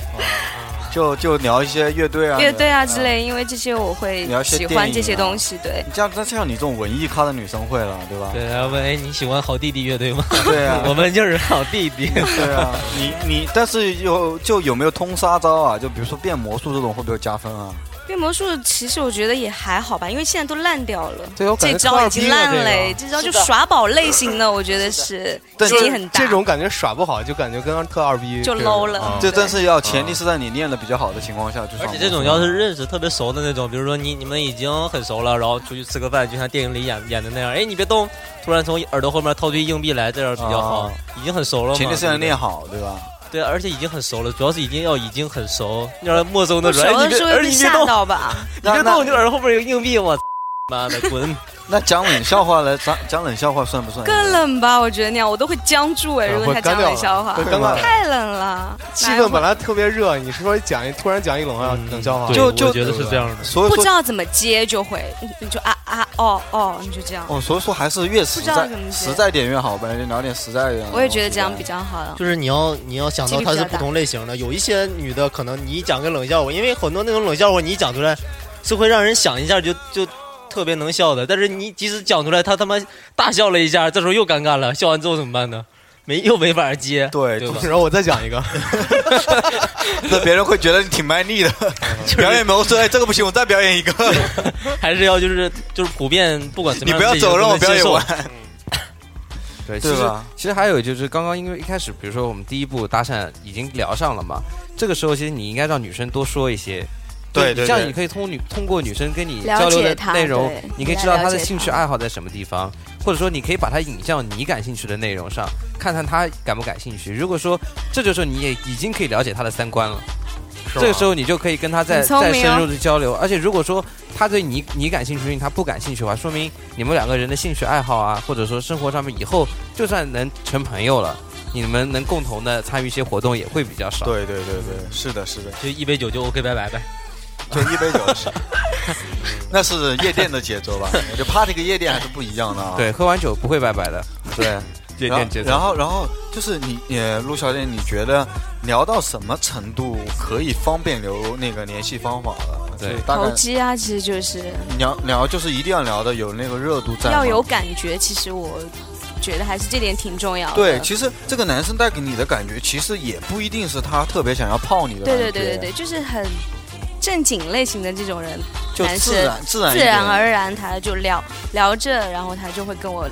就就聊一些乐队 啊，
乐队啊之
嗯。
类，因为这些我会
聊一些
喜
电
欢
影
这些
啊
东西，对。
像那像你这种文艺咖的女生会了，对吧？
对，然后问哎，你喜欢好弟弟乐队吗？
啊对啊，
我们就是好弟弟。
对啊，你 你但是有就有没有通杀招啊？就比如说变魔术这种会不会加分啊？
变魔术其实我觉得也还好吧，因为现在都烂掉了。
对我感
这
觉
招已经烂
了
了，这招就耍宝类型的，我觉得是
但
吸引力很大。
这种感觉耍不好，就感觉跟特二逼
就
这种
low 了
啊
这
对
但是要前提是在你练的比较好的情况下，就哦
而
而
且这种要是认识特别熟的那种，比如说你你们已经很熟了，然后出去吃个饭，就像电影里演演的那样，哎，你别动，突然从耳朵后面掏出一硬币来，这样比较好
啊，
已经很熟了嘛。
前提是
对
要
不对
练好，对吧？
对，啊而且已经很熟了，主要是已经要已经很熟，你要陌生的
不
人，
熟
哎，
的
你别，
时候
而
会
你
被
别
吓
动，嗯
到吧？
你
那
别动，你耳后边有硬币，我操妈的 滚！
那讲冷笑话 来，讲讲冷笑话算不算？
更冷吧，我觉得那样我都会僵住哎，
啊
如果
会
他
干
讲
掉
冷笑话
会，干
嘛
嘛？
太冷了，
气
哪
氛
有
本来特别热，你是说讲一突然讲一啊冷笑
嗯
冷笑话，
对
就
我
就
觉得是这样的。
所以
不知
说
道怎么接就会，你你就啊啊哦哦，你就这样。
哦，所以说还是越实
不知道
在
怎么学
实在点越好呗，就聊点实在一点的东西呗。哦
我也觉得这样比较好了。
就是你要你要想
几
到
率
她
比
是
较
不
大
同类型的，有一些女的可能你一讲个冷笑话，因为很多那种冷笑话你一讲出来，
是会让人想一下就就特别能笑的，但是你即使讲出来，他他妈大笑了一下，这时候又尴尬了，笑完之后怎么办呢？没又没法接，
对，
对吧？
然后我再讲一个，
那别人会觉得你挺卖 力的。表演魔术，哎，这个不行，我再表演一个。
还是要就是就是普遍不管什么
你
样
不
的
要啊
类型
走，让
都
我
能
表
接
演
受
完。
对，其
对
实
吧？
其实还有就是刚刚因为一开始，比如说我们第一步搭讪已经聊上了嘛，这个时候其实你应该让女生多说一些。
对对
这样
对
你可以通女通过女生跟你
了
交流
解
的
她
内容
对，
你可以
你
知
要
道
了
她的
解
兴趣
她
爱好在什么地方，或者说你可以把她引向你感兴趣的内容上，看看她感不感兴趣。如果说这就是你也已经可以了解她的三观了，这个时候你就可以跟她再
很聪
再
明
深
哦
入的交流。而且如果说她对你你感兴趣，她不感兴趣的话，说明你们两个人的兴趣爱好啊，或者说生活上面以后就算能成朋友了，你们能共同的参与一些活动也会比较少。
对对对对，是的，是的，
就一杯酒就 OK 拜拜呗。
就一杯酒是， 那是夜店的节奏吧？我觉得 party 跟夜店还是不一样的啊。
对，喝完酒不会拜拜的，
对，
夜
然后
店节
然
奏。
后然后就是你，呃，陆小姐，你觉得聊到什么程度可以方便留那个联系方法了？
对
就大
投
概
机啊，其实就是
聊聊就是一定要聊的有那个热度在吗，
要有感觉。其实我觉得还是这点挺重要的。
对，其实这个男生带给你的感觉，其实也不一定是他特别想要泡你的感
对
觉，
对对对对，就是很正经类型的这种人，
就
男
自然自然
自
一点
然而然他就聊聊着，然后他就会跟我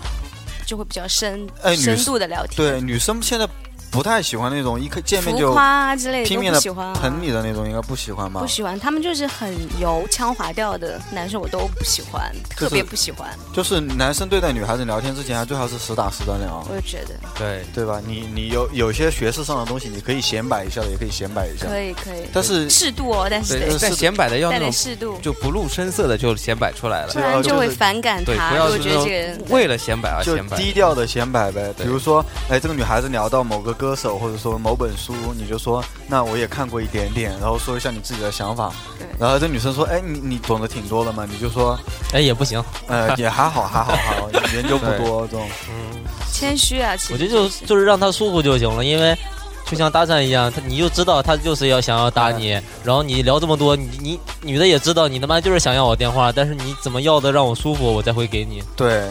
就会比较深、
哎女
深
生
度的聊天，
对女生现在不太喜欢那种一看见面
浮
就
夸啊之类的
拼
都
命
不
的
喜欢、啊，
喷你的那种，应该不喜欢吧
不？喜欢，他们就是很油腔滑调的男生，我都不喜欢，
就是
特别不喜欢。
就是男生对待女孩子聊天之前，啊还最好是实打实的聊，
我就觉得
对，
对吧？你你有有些学识上的东西，你可以显摆一下的，也可以显摆一下，
可以可以，
但是
适度哦，但是
对
得，
但显摆的要
但
那
得
种
适度，
就不露声色的就显摆出来了
不。然
就
就会反感
对，
他。
不
如
要
果
是
觉
那
得
种
这个人
为了显摆而
就
显摆。
低调的显摆呗。比
对
如说，哎，这个女孩子聊到某个歌手或者说某本书，你就说，那我也看过一点点，然后说一下你自己的想法
对。
然后这女生说，哎，你你懂得挺多的嘛，你就说，
哎也不行，
呃，也还好，还好，还好，研究不多这种。
谦虚啊，其实
我觉得就就是让他舒服就行了，因为就像搭讪一样，他你就知道他就是要想要搭你，然后你聊这么多，你你女的也知道你他妈就是想要我电话，但是你怎么要的让我舒服，我才会给你。
对，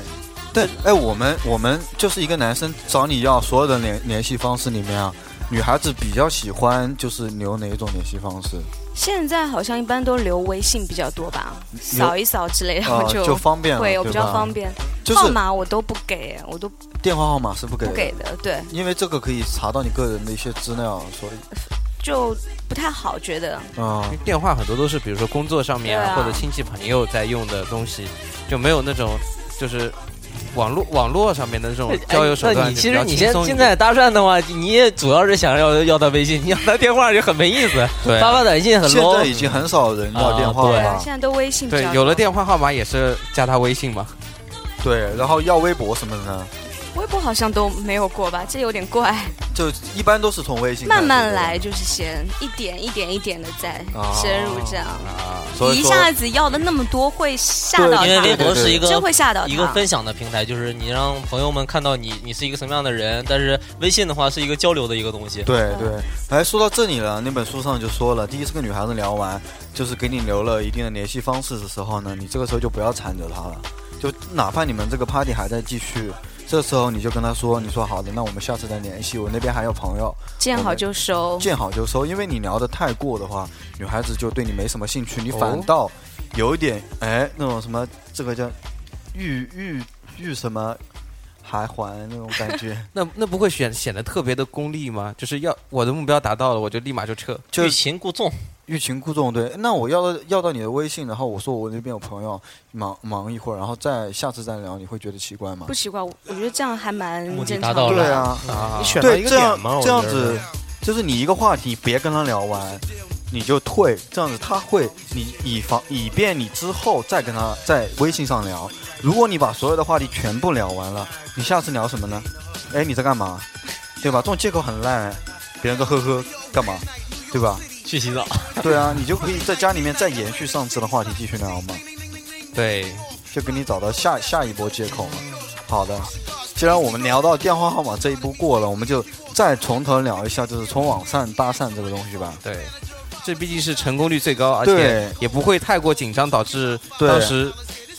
对，哎，我们我们就是一个男生找你要所有的联联系方式里面啊，女孩子比较喜欢就是留哪种联系方式？
现在好像一般都留微信比较多吧，扫一扫之类，然
啊
后，
就方便了，
会，我比
对
较
吧
方便。
就
号
是
码我都不给，我都不
电话号码是不给的，
给的，对，
因为这个可以查到你个人的一些资料，所以。
就不太好，觉得
啊、
因为电话很多都是比如说工作上面
对啊
或者亲戚朋友在用的东西，就没有那种就是网络网络上面的这种交友手
哎那
段
你
就比
其实
较
你
轻
现
松一点。
现在搭讪的话，你也主要是想要要他微信，你要他电话就很没意思，
对
发发短信很
现在
low。
已经很少人要电话
对
了，
嗯啊，现在都微信比
对
较，
有了
多
电话号码也是加他微信嘛。
对，然后要微博什么的呢，
微博好像都没有过吧，这有点怪。
就一般都是从微信开
慢
始
慢
的
来，就是先一点一点一点的再
啊
深入这样，
所以
你一
说
下子要的那么多会吓到
因为微
他，
博是一个
真会吓到
一个
他。
分享的平台，就是你让朋友们看到你你是一个什么样的人，但是微信的话是一个交流的一个东西。
对对，哎，说到这里了，那本书上就说了，第一次跟女孩子聊完，就是给你留了一定的联系方式的时候呢，你这个时候就不要缠着她了，就哪怕你们这个 party 还在继续，这时候你就跟她说，你说好的，那我们下次再联系，我那边还有朋友，
见好就收，
见好就收，因为你聊得太过的话，女孩子就对你没什么兴趣，你反倒有一点哎那种什么这个叫欲欲欲什么还还那种感觉，
那那不会显显得特别的功利吗？就是要我的目标达到了，我就立马就撤。
就
欲擒故纵，
欲擒故纵。对，那我要到要到你的微信，然后我说我那边有朋友忙忙一会儿，然后再下次再聊，你会觉得奇怪吗
不？奇怪，我我觉得这样还蛮
目的
正
达
常
到
的。
了
对啊，
啊
你选到
对
一个
这样
点嘛，我
这样
觉得
子，就是你一个话题别跟他聊完，你就退，这样子他会你以防以便你之后再跟他在微信上聊。如果你把所有的话题全部聊完了，你下次聊什么呢？哎，你在干嘛？对吧？这种借口很烂，别人说呵呵干嘛？对吧？
去洗澡。
对啊，你就可以在家里面再延续上次的话题继续聊嘛。
对，
就给你找到下下一波接口嘛。好的，既然我们聊到电话号码这一步过了，我们就再从头聊一下，就是从网上搭讪这个东西吧。
对，这毕竟是成功率最高，而且
对
也不会太过紧张，导致
对
当时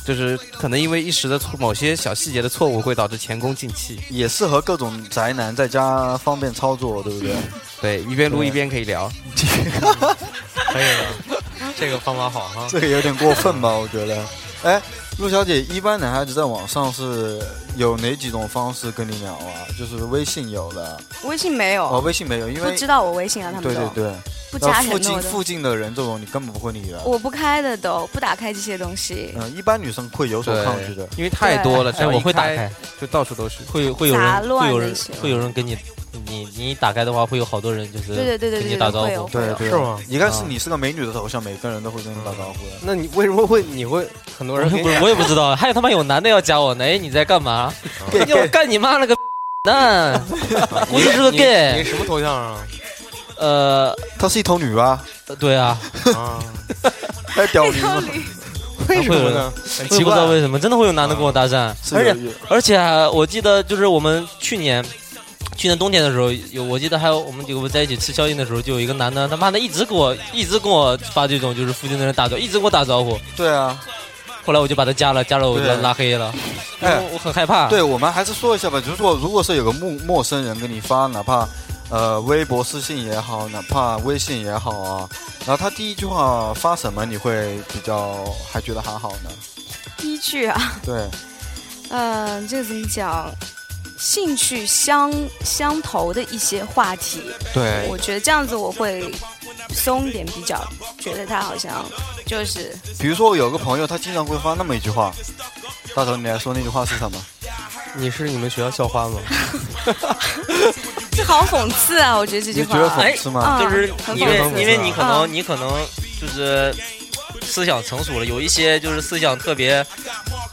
就是可能因为一时的错某些小细节的错误，会导致前功尽弃。
也适合各种宅男在家方便操作，对不对？
对，一边撸
对
一边可以 聊。
可以了，这个方法好哈。
这个有点过分吧，我觉得。哎，陆小姐，一般男孩子在网上是有哪几种方式跟你聊啊？就是微信有的，
微信没有，
哦，微信没有，因
不
为
知道我微信啊，他们
对
都
对对，
不
然
加
后附
人
近
的
附
我都，
近的人这种你根本不会理的。
我不开的都不打开这些东西，
嗯，一般女生会有所
对
抗拒的。
因为太多了，只
哎，
要
我
一
会打
开
开，
就到处都是。
会会有
杂
人
乱
会有
的
人
行为
会有人跟你，你你打开的话，会有好多人就是
对对对对
跟
对
你打
对，
招
会有
呼。
会
对
有，
对，
是吗
一看是你是个美女的头像，每个人都会跟你打招呼的。
那你为什么会你会很多
我
人
也
给
不
你
我也不知道，还 有他妈有男的要加我呢，哎，你在干嘛？ 要我干你妈了个蛋！我就是个
你你
gay。
什么头像啊？
呃，
她是一头女吧？
对啊，
啊，
还屌驴吗？
为什么呢？很
我也
奇
不
怪
知道为什么，真的会有男的跟我搭讪，
是
而
有
且而且我记得就是我们去年。去年冬天的时候，有我记得还有我们几个在一起吃宵夜的时候，就有一个男的，他妈的一直给我一直跟我发这种就是附近的人打招呼，一直跟我打招呼。
对啊，
后来我就把他加了，加了我就
对
拉黑了，因为
哎
我我很害怕。
对，我们还是说一下吧。就是说，如果是有个陌陌生人给你发，哪怕呃微博私信也好，哪怕微信也好啊，然后他第一句话发什么，你会比较还觉得还好呢？
第一句啊，
对，
嗯，这个怎么讲？兴趣相相投的一些话题，
对，
我觉得这样子我会松一点比较，觉得他好像就是
比如说我有个朋友，他经常会发那么一句话，大头你来说那句话是什么？
你是你们学校校花吗？
这好讽刺啊！我觉得这句
你
话
觉得讽刺吗？
啊
就是
很
因
讽
为
刺
因为你可能
嗯
你可能就是思想成熟了，有一些就是思想特别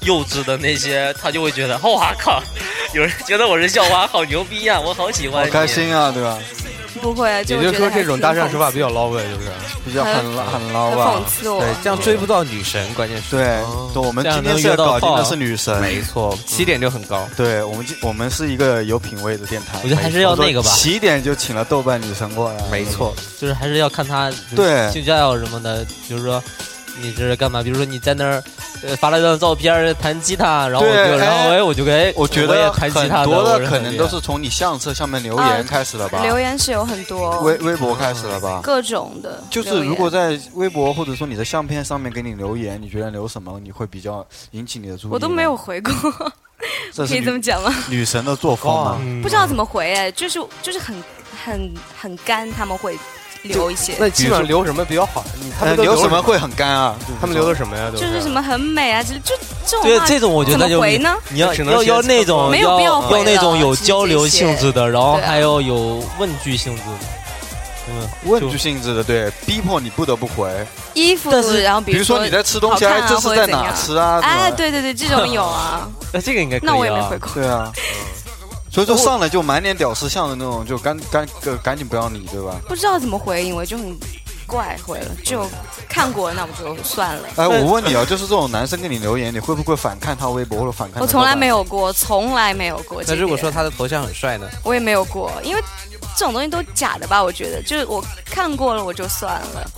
幼稚的那些，他就会觉得哇靠，有人觉得我是校花，好牛逼啊呀、我好喜欢
好
你。
开心啊，对吧？
不会，
也
就
就是说，这种搭讪手
手
法比较捞呗，就是。
比较很拉很捞
很
吧
讽？刺我。
对，这样追不到女神，关键是。
对，对我们
这
今
样
天
能
是
约
要
到
搞定
炮
的
啊
是女神，
没错，
嗯
起点就很高。
对我们今，我们是一个有品位的电台。
我觉得还是要那个吧
我说起点就请了豆瓣女神过来。
没错，
就是还是要看他
对
兴趣爱好什么的，比如说。你这是干嘛？比如说你在那儿，呃，发了张照片儿弹吉他，然后我
对
就，然后
哎
哎，我就哎，
我觉
也
得
弹
很
吉他
多
的
的可能都是从你相册下面留言
啊
开始的吧，
留言是有很多
微微博开始的吧。
各种的留言，
就是如果在微博或者说你的相片上面给你留言，你觉得留什么你会比较引起你的注意？
我都没有，回过，
这
可
是嗯
以这么
女
讲吗？
女神的作风嘛？
哦
不知道怎么回哎，就是就是很很很干，他们会留一些，
那基本上留什么比较好？你他
呃
们都
留
什
什么？会很干啊？
他们留的什么呀？都
就是什么很美啊，就就这种
对
话
这种我觉
怎
得
么
就
回呢？
你要
只能
要
先
要那种
没有必要回
要
了
那种有
其实
交流
这些
性质的，然后
对啊
还要有问句性质的。嗯，
问
就
句性质的，对，逼迫你不得不回。
衣服
但，是
然后
比如
说
说你在吃东西，
好
哎
看啊
这是在哪吃啊？
哎，
什么
对对对，这种有啊，
那这个应该可以啊。
那我也没回过。
对啊，所以说上来就满脸屌丝相的那种，就赶赶赶赶紧不要理，对吧？
不知道怎么回应，我就很怪回了，就看过那我就算了。
哎，我问你啊，就是这种男生跟你留言，你会不会反看他微博或者反看？
我从来没，有过，从来没有过。
那如果说，他的头像很帅呢？
我也没有过，因为这种东西都假的吧？我觉得，就是我看过了，我就算了，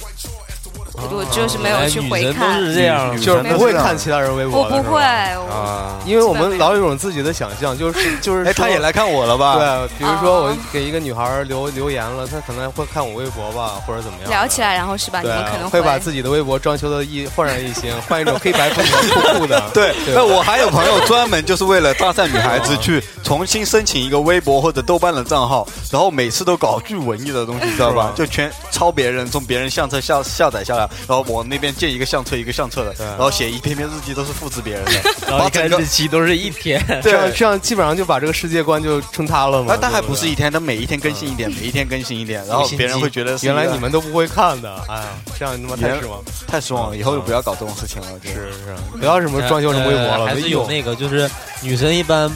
我我就是没有
哎
去
女
回
人都
看，
是这样
女，
就是
女生
不
都
会
这样
看其他人微博
我
的，
不
是
会
吧，
我
因为我们老有一种自己的想象，就是就是
哎，他也
说
来看我了吧？
对，比如说
啊
我给一个女孩儿留留言了，她可能会看我微博吧，或者怎么样的
聊起。来，然后是吧？你
对啊
们可，能
会把自己的微博装修的一焕然一新，换一种黑白风格酷酷 的。
对，
对
那我还有朋友专门就是为了搭讪女孩子去重新申请一个微博或者豆瓣的账号，然后每次都搞巨文艺的东西，你知道吧
是吧？
就全抄别人，从别人相册下下载下来，然后我那边建一个相册一个相册的，
对啊
然后写一篇篇日记都是复制别人的，
然后
把
你
整
看
个
日期都是一天。
这样
对
这样基本上就把这个世界观就撑塌了嘛
哎，。但还不是
对
一天，他每一天更新一点，每一天更新一点，然后
有心机
别人会觉得
对
是一啊
原
个
来你们都不会看的，哎呀，这样他妈太
原
失望。
太失望了，以后就不要搞这种事情了。我觉得
是是，不要什么装修什么微博了，
呃哎还
没
是
用
有那个，就是女生一般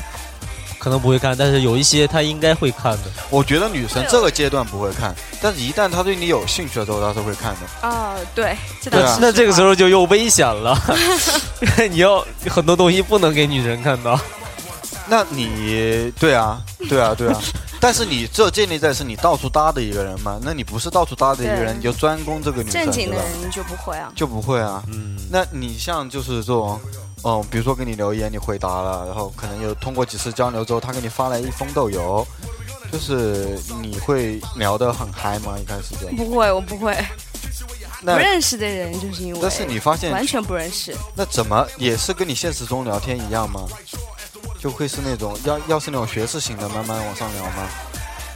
可能不会看，但是有一些她应该会看的。
我觉得女生这个阶段不会看，但是一旦她对你有兴趣了之后，她是会看的。
啊，对，这倒
对啊
是。
那这个时候就又危险了， 你要很多东西不能给女生看到。
那你对啊，对啊，对啊。但是你这建立在是你到处搭的一个人嘛？那你不是到处搭的一个人，
对
你就专攻这个女生
正经
对
的
吧？
人就不会啊，
就不会啊。
嗯，
那你像就是这种，嗯，比如说给你留言，你回答了，然后可能有通过几次交流之后，他给你发来一封豆油，就是你会聊得很嗨吗？一开始就
不会，我不会，不
那
认识的人，就是因为
但是你发现
完全不认识，
那怎么也是跟你现实中聊天一样吗？就会是那种要要是那种学士型的，慢慢往上聊吗？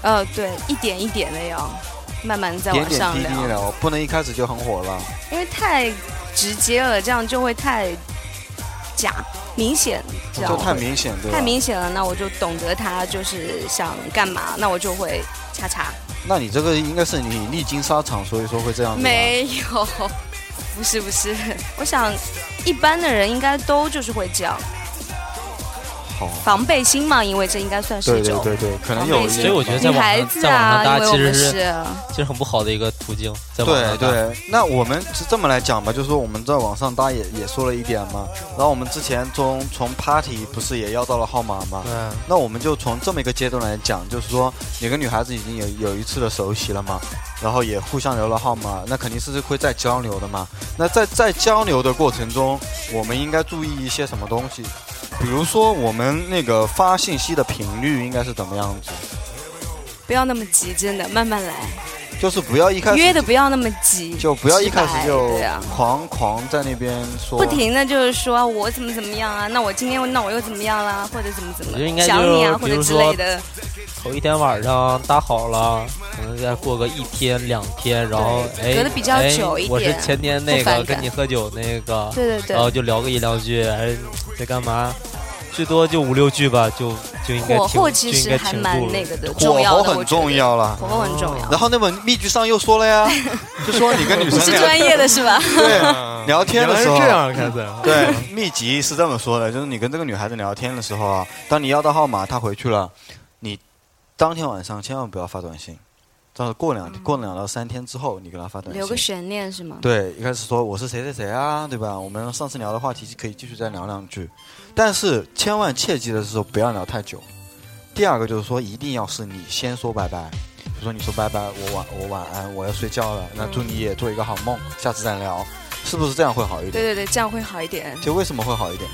呃，对，一点一点的要慢慢再
点
往
点
上
滴
聊，
滴聊，不能一开始就很火了。
因为太直接了，这样就会太假明显，知道
就
吗
太明显，对吧？
啊太明显了，那我就懂得他就是想干嘛，那我就会叉叉。
那你这个应该是你历经沙场，所以说会这样子吧。
没有，不是不是， 我想一般的人应该都就是会这样，
好，
防备心嘛，因为这应该算是
对
一
对
种
对对，可能
防备
有一
心
点。
所以我觉得在
女
网
孩
上，
子
在网上
啊，
搭
因为
其
我
实
们
是
是
其实很不好的一个途径，在网
对
上搭。
对，那我们是这么来讲吧，就是我们在网上搭也也说了一点嘛，然后我们之前从从 party 不是也要到了号码嘛，
嗯，
那我们就从这么一个阶段来讲，就是说你跟女孩子已经有有一次的熟悉了嘛，然后也互相留了号码，那肯定是会再交流的嘛。那在在交流的过程中，我们应该注意一些什么东西？比如说我们那个发信息的频率应该是怎么样子？
不要那么急，真的慢慢来，
就是不要一开始
约的不要那么急，
就不要一开始
直白
就
对啊。
狂狂在那边说，
不停的就是说我怎么怎么样啊，那我今天那我又怎么样啦，或者怎么怎
我
么
觉得应该
想
就是
你啊，或
比
者
如
之
说
类的，
头一天晚上搭好了，可能再过个一天两天，然后哎，
对隔得比较久一
哎
点
我是前天那
不反
个
感
跟你喝酒那个，
对对对
然，后就聊个一两句，哎，在干嘛？最多就五六句吧，就就应该
火
停，
候
就
其
应
实
该
还
停
蛮
住了
那。个的，重
火
要
候
的，
很重，要嗯了。
火候很重要。
然后那本秘剧上又说了 呀，就说你跟女生
是
聊
专业的是吧？
对啊聊天
原
的
来是
时候，
这样，凯 子。
对，秘籍是这么说的，就是你跟这个女孩子聊天的时候啊，当你要到号码，她回去了，你当天晚上千万不要发短信，到过两、过两到三天之后，你给她发短
嗯留个
信。
悬念是吗？
对，一开始说我是谁谁谁啊，对吧？我们上次聊的话题可以继续再聊两句，但是千万切记的时候不要聊太久。第二个就是说，一定要是你先说拜拜，比如说你说拜拜，我晚我晚安，我要睡觉了，那祝你也做一个好梦，下次再聊，是不是这样会好一
对
点？
对对，这样会好一点，
就为什么会好一点？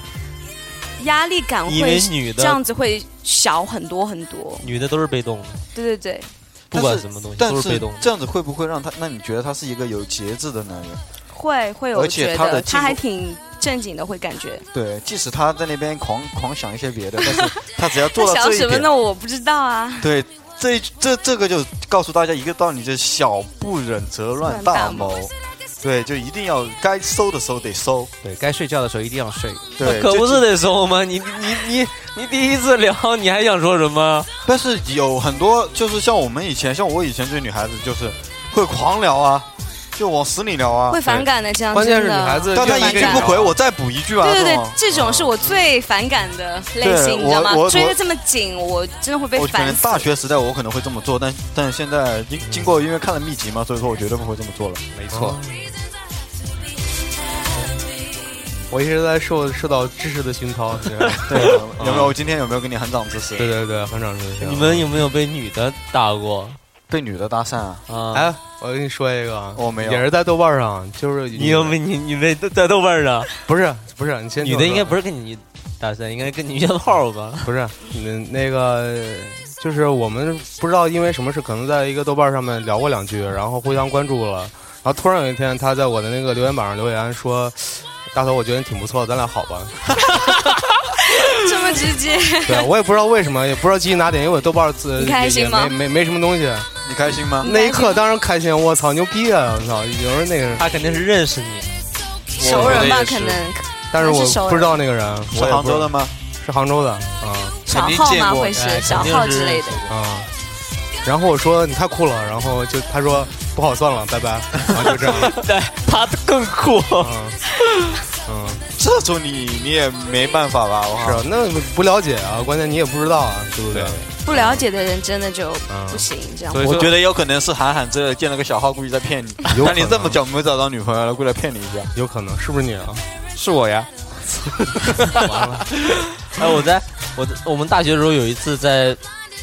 压力感
因为
会
女
这
的
样子会小很多很多。
女的都是被动的，
对对对，
不
但
管
是
什么东西
但
都是被
是
动的。
这样子会不会让他？那你觉得他是一个有节制的男人？
会会有
而且
觉
他的
得
进
他还
步
挺正经的，会感觉
对，即使他在那边狂狂想一些别的，但 是他只要
他
做到
想
这
什
一
么
点，
呢？我不知道啊。
对，这这这个就告诉大家一个道理，就是小不忍则乱
乱
大
大
谋
谋。
对，就一定要该收的时候得收。
对该睡觉的时候一定要睡。
对，
可
就
不是得收吗？你你你你第一次聊，你还想说什么？
但是有很多就是像我们以前，像我以前追女孩子，就是会狂聊啊，就往死里聊啊。
会反感的，这样
关键是
真
女孩
的。
子
但
愿
他
意
一
跟你
句
聊，
不回，我再补一句啊。
对对
这
对
种，
这种是我最反感的类
对
型，你
我
知道吗
我？
追
我
的这么紧，我真的会被
我可
烦
能
死。
大学时代我可能会这么做，但但现在经经过因为看了秘籍嘛，所以说我绝对不会这么做了。哦
没错，
我一直在受受到知识的熏陶。你知道吗
对，啊有没有？我今天有没有跟你喊涨知识？
对对对，很长时
啊
间。
你们有没有被女的打过
被女的搭讪啊？
啊？
哎，我跟你说一个啊，
我哦没有
也是在豆瓣上，就是
你有没你你被在豆瓣上，
不是不是，你先听
女
我
的应该
说
不是跟你搭讪，应该跟你约炮吧？
不是，嗯，那个就是我们不知道因为什么事，可能在一个豆瓣上面聊过两句，然后互相关注了，然后突然有一天，他在我的那个留言板上留言说：“大头，我觉得你挺不错的，咱俩好吧
这么直接，？”
对我也不知道为什么，也不知道基于哪点，因为我豆瓣自
你开
也
心
也
吗
没没没什么东西。
你开心吗？
那一刻当然开心，我操，牛逼啊！我操，有人那个人，
她肯定是认识你，
熟人吧，可能
但是
还是熟
我
人
不知道那个人，
是
我也
杭
不知
州
道
的吗？
是杭州的啊。
小
定
号
见
嘛
过
会是
哎
小
肯定
号
是
之类的。
啊、然后我说你太酷了，然后就他说不好算了，拜拜， 然后就这样，
对，她更酷。
嗯嗯，
这种你你也没办法吧？我
是
靠
啊，那不了解啊，关键你也不知道啊，对不对？
不了解的人真的就
嗯
不行，这样
所以
我
说
觉得有可能是韩寒这建了个小号，故意在骗你。
有可
但
能
你这么久没有找到女朋友了，过来骗你一下。
有可能是不是你啊？
是我呀。
哎，我在我在我们大学的时候有一次在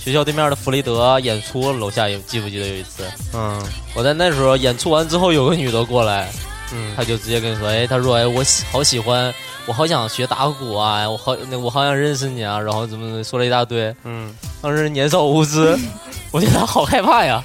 学校对面的弗雷德演出，楼下有记不记得有一次？
嗯
我在那时候演出完之后，有个女的过来，
嗯，
她就直接跟你说：“哎，她说哎，我喜好喜欢，我好想学打鼓啊，哎我好那我好想认识你啊，然后怎么怎么说了一大堆。”
嗯，
当时年少无知，我觉得她好害怕呀。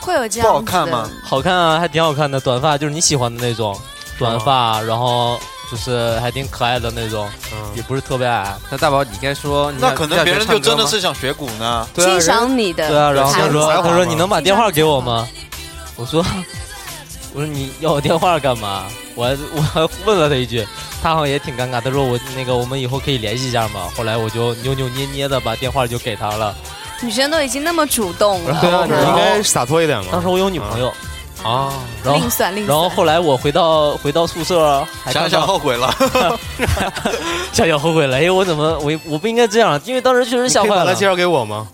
会有这
不
样
好
子
看
的
吗？
好看啊，还挺好看的，短发就是你喜欢的那种短发，然后就是还挺可爱的那种，
嗯
也不是特别矮。
那大宝，你应该说，你
那
想
可能别人就真的，是想学鼓呢。
对啊
欣，赏你的
对 啊，然后他
才
说
华
他说
嘛
你能把电话给我吗？我说我说你要我电话干嘛？我还我还问了他一句，他好像也挺尴尬，他说我那个我们以后可以联系一下嘛。后来我就扭扭捏捏的把电话就给他了。
女生都已经那么主动 了，
对啊，你
然
应
后
该洒脱一点嘛。
当时我有女朋友，
啊，
然后
吝啬吝
然后
啬。
后来我回到回到宿舍，还
想
看
想
到
后悔了，
想想后悔了，哎，我怎么我我不应该这样？啊因为当时确实
你
吓
可以
坏
把
了
他。介绍给我吗？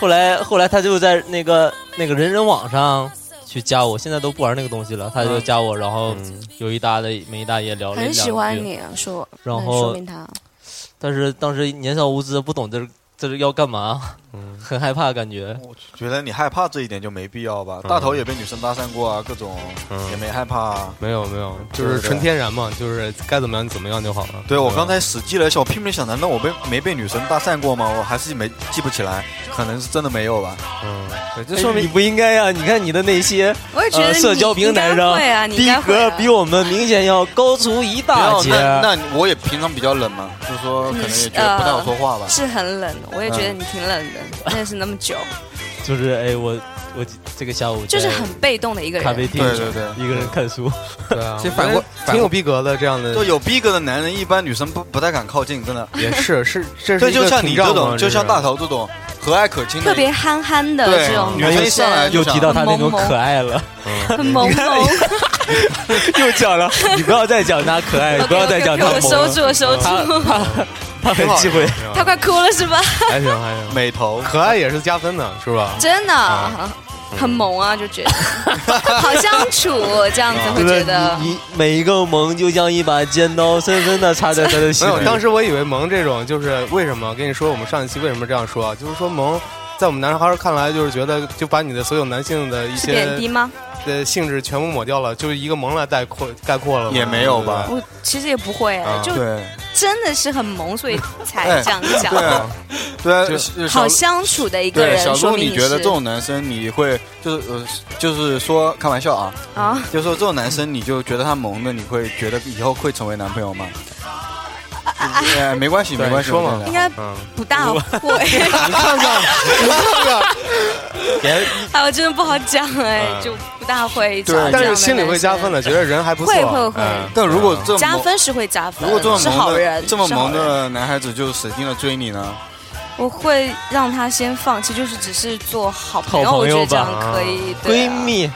后来后来他就在那个那个人人网上去加我，现在都不玩那个东西了，他就加我，然后
嗯
有一搭的没一搭也聊了
很
一
喜欢
两句，
你啊，说，
然
那
后呃
说明他
但是当时年少无知，不懂这是这是要干嘛， 很害怕感觉。
我觉得你害怕这一点就没必要吧。大头也被女生搭讪过啊，各种
嗯
也没害怕啊。
没有没有，就
对
是
对
纯天然嘛，就是该怎么样怎么样就好了。
对我
吧
刚才死记了一下，我拼命想，难道我被没被女生搭讪过吗？我还是没记不起来，可能是真的没有吧。
嗯，
对这说
哎你
明
不应该啊呀、你看你的那些
我也觉得
呃
你
社交平台上
你应该会啊，你应
逼
该会
格
啊
比我们明显要高出一大
那
截。
那那我也平常比较冷嘛，就是说可能也觉得不太好说话吧。
嗯呃是很冷，我也觉
嗯
得你挺冷的，认识那么久，
就是哎，我我这个下午
就是
在
很被动的一个
咖啡
人。
厅
对对对。
一个人看书。
对啊，
其实反过
挺有逼格的这样的
就，有逼格的男人，一般女生不不太敢靠近，真的。
也是是这是
对，
一个
就像你
屏障
这
嘛
种，就像
是
大头这种和蔼可亲的，
特别憨憨的
对啊
这种
女生一
生
上来就
又提到他那种
萌萌
可爱哎了，
嗯
很萌萌，
又讲了，你不要再讲他可爱，不要再讲
给
他
我
萌
收
了，
住，我收
他
住，
他他很忌讳。
他快哭了是吧？
还行还行，
美头。
可爱也是加分的，是吧？
真的很萌啊，就 觉得好相处，这样子会觉得
你每一个萌就像一把尖刀，深深的插在他的
没
心
有，
里。
当时我以为萌这种就是为什么？跟你说，我们上一期为什么这样说啊？就是说萌，在我们男孩儿看来，就是觉得就把你的所有男性的一
是贬低
些
吗？
的性质全部抹掉了，就是一个萌来概括概括了嘛，
也没有吧
对
我其实也不会
啊，
就
对哎
真的是很萌，所以
哎
才这样讲。
啊
对
就
啊，小
好相处的一个
对
人，
小
说
鹿，
明
你觉得
是
这种男生你会就是呃，就是说开玩笑啊，
啊，
就是说这种男生你就觉得他萌的，你会觉得以后会成为男朋友吗？ 哎，没关系，
对
没关系，
说嘛
没关
应
系
该
不对 嗯，
不大会。
你看看，你看看，
哎，我真的不好讲哎，
嗯
就不大会讲。
对
啊但是心里会加分
的。
的，觉得人还不错，
会会会
嗯
但如果这
加
么
分是会加分，
如果这么
是
萌
好
的
人，
这么
是好
萌
人，
的男孩子就使劲的追你呢？
我会让他先放弃，就是只是做好朋友，
好
我
朋
觉
友
得这
吧
样可以。对
闺
啊，
蜜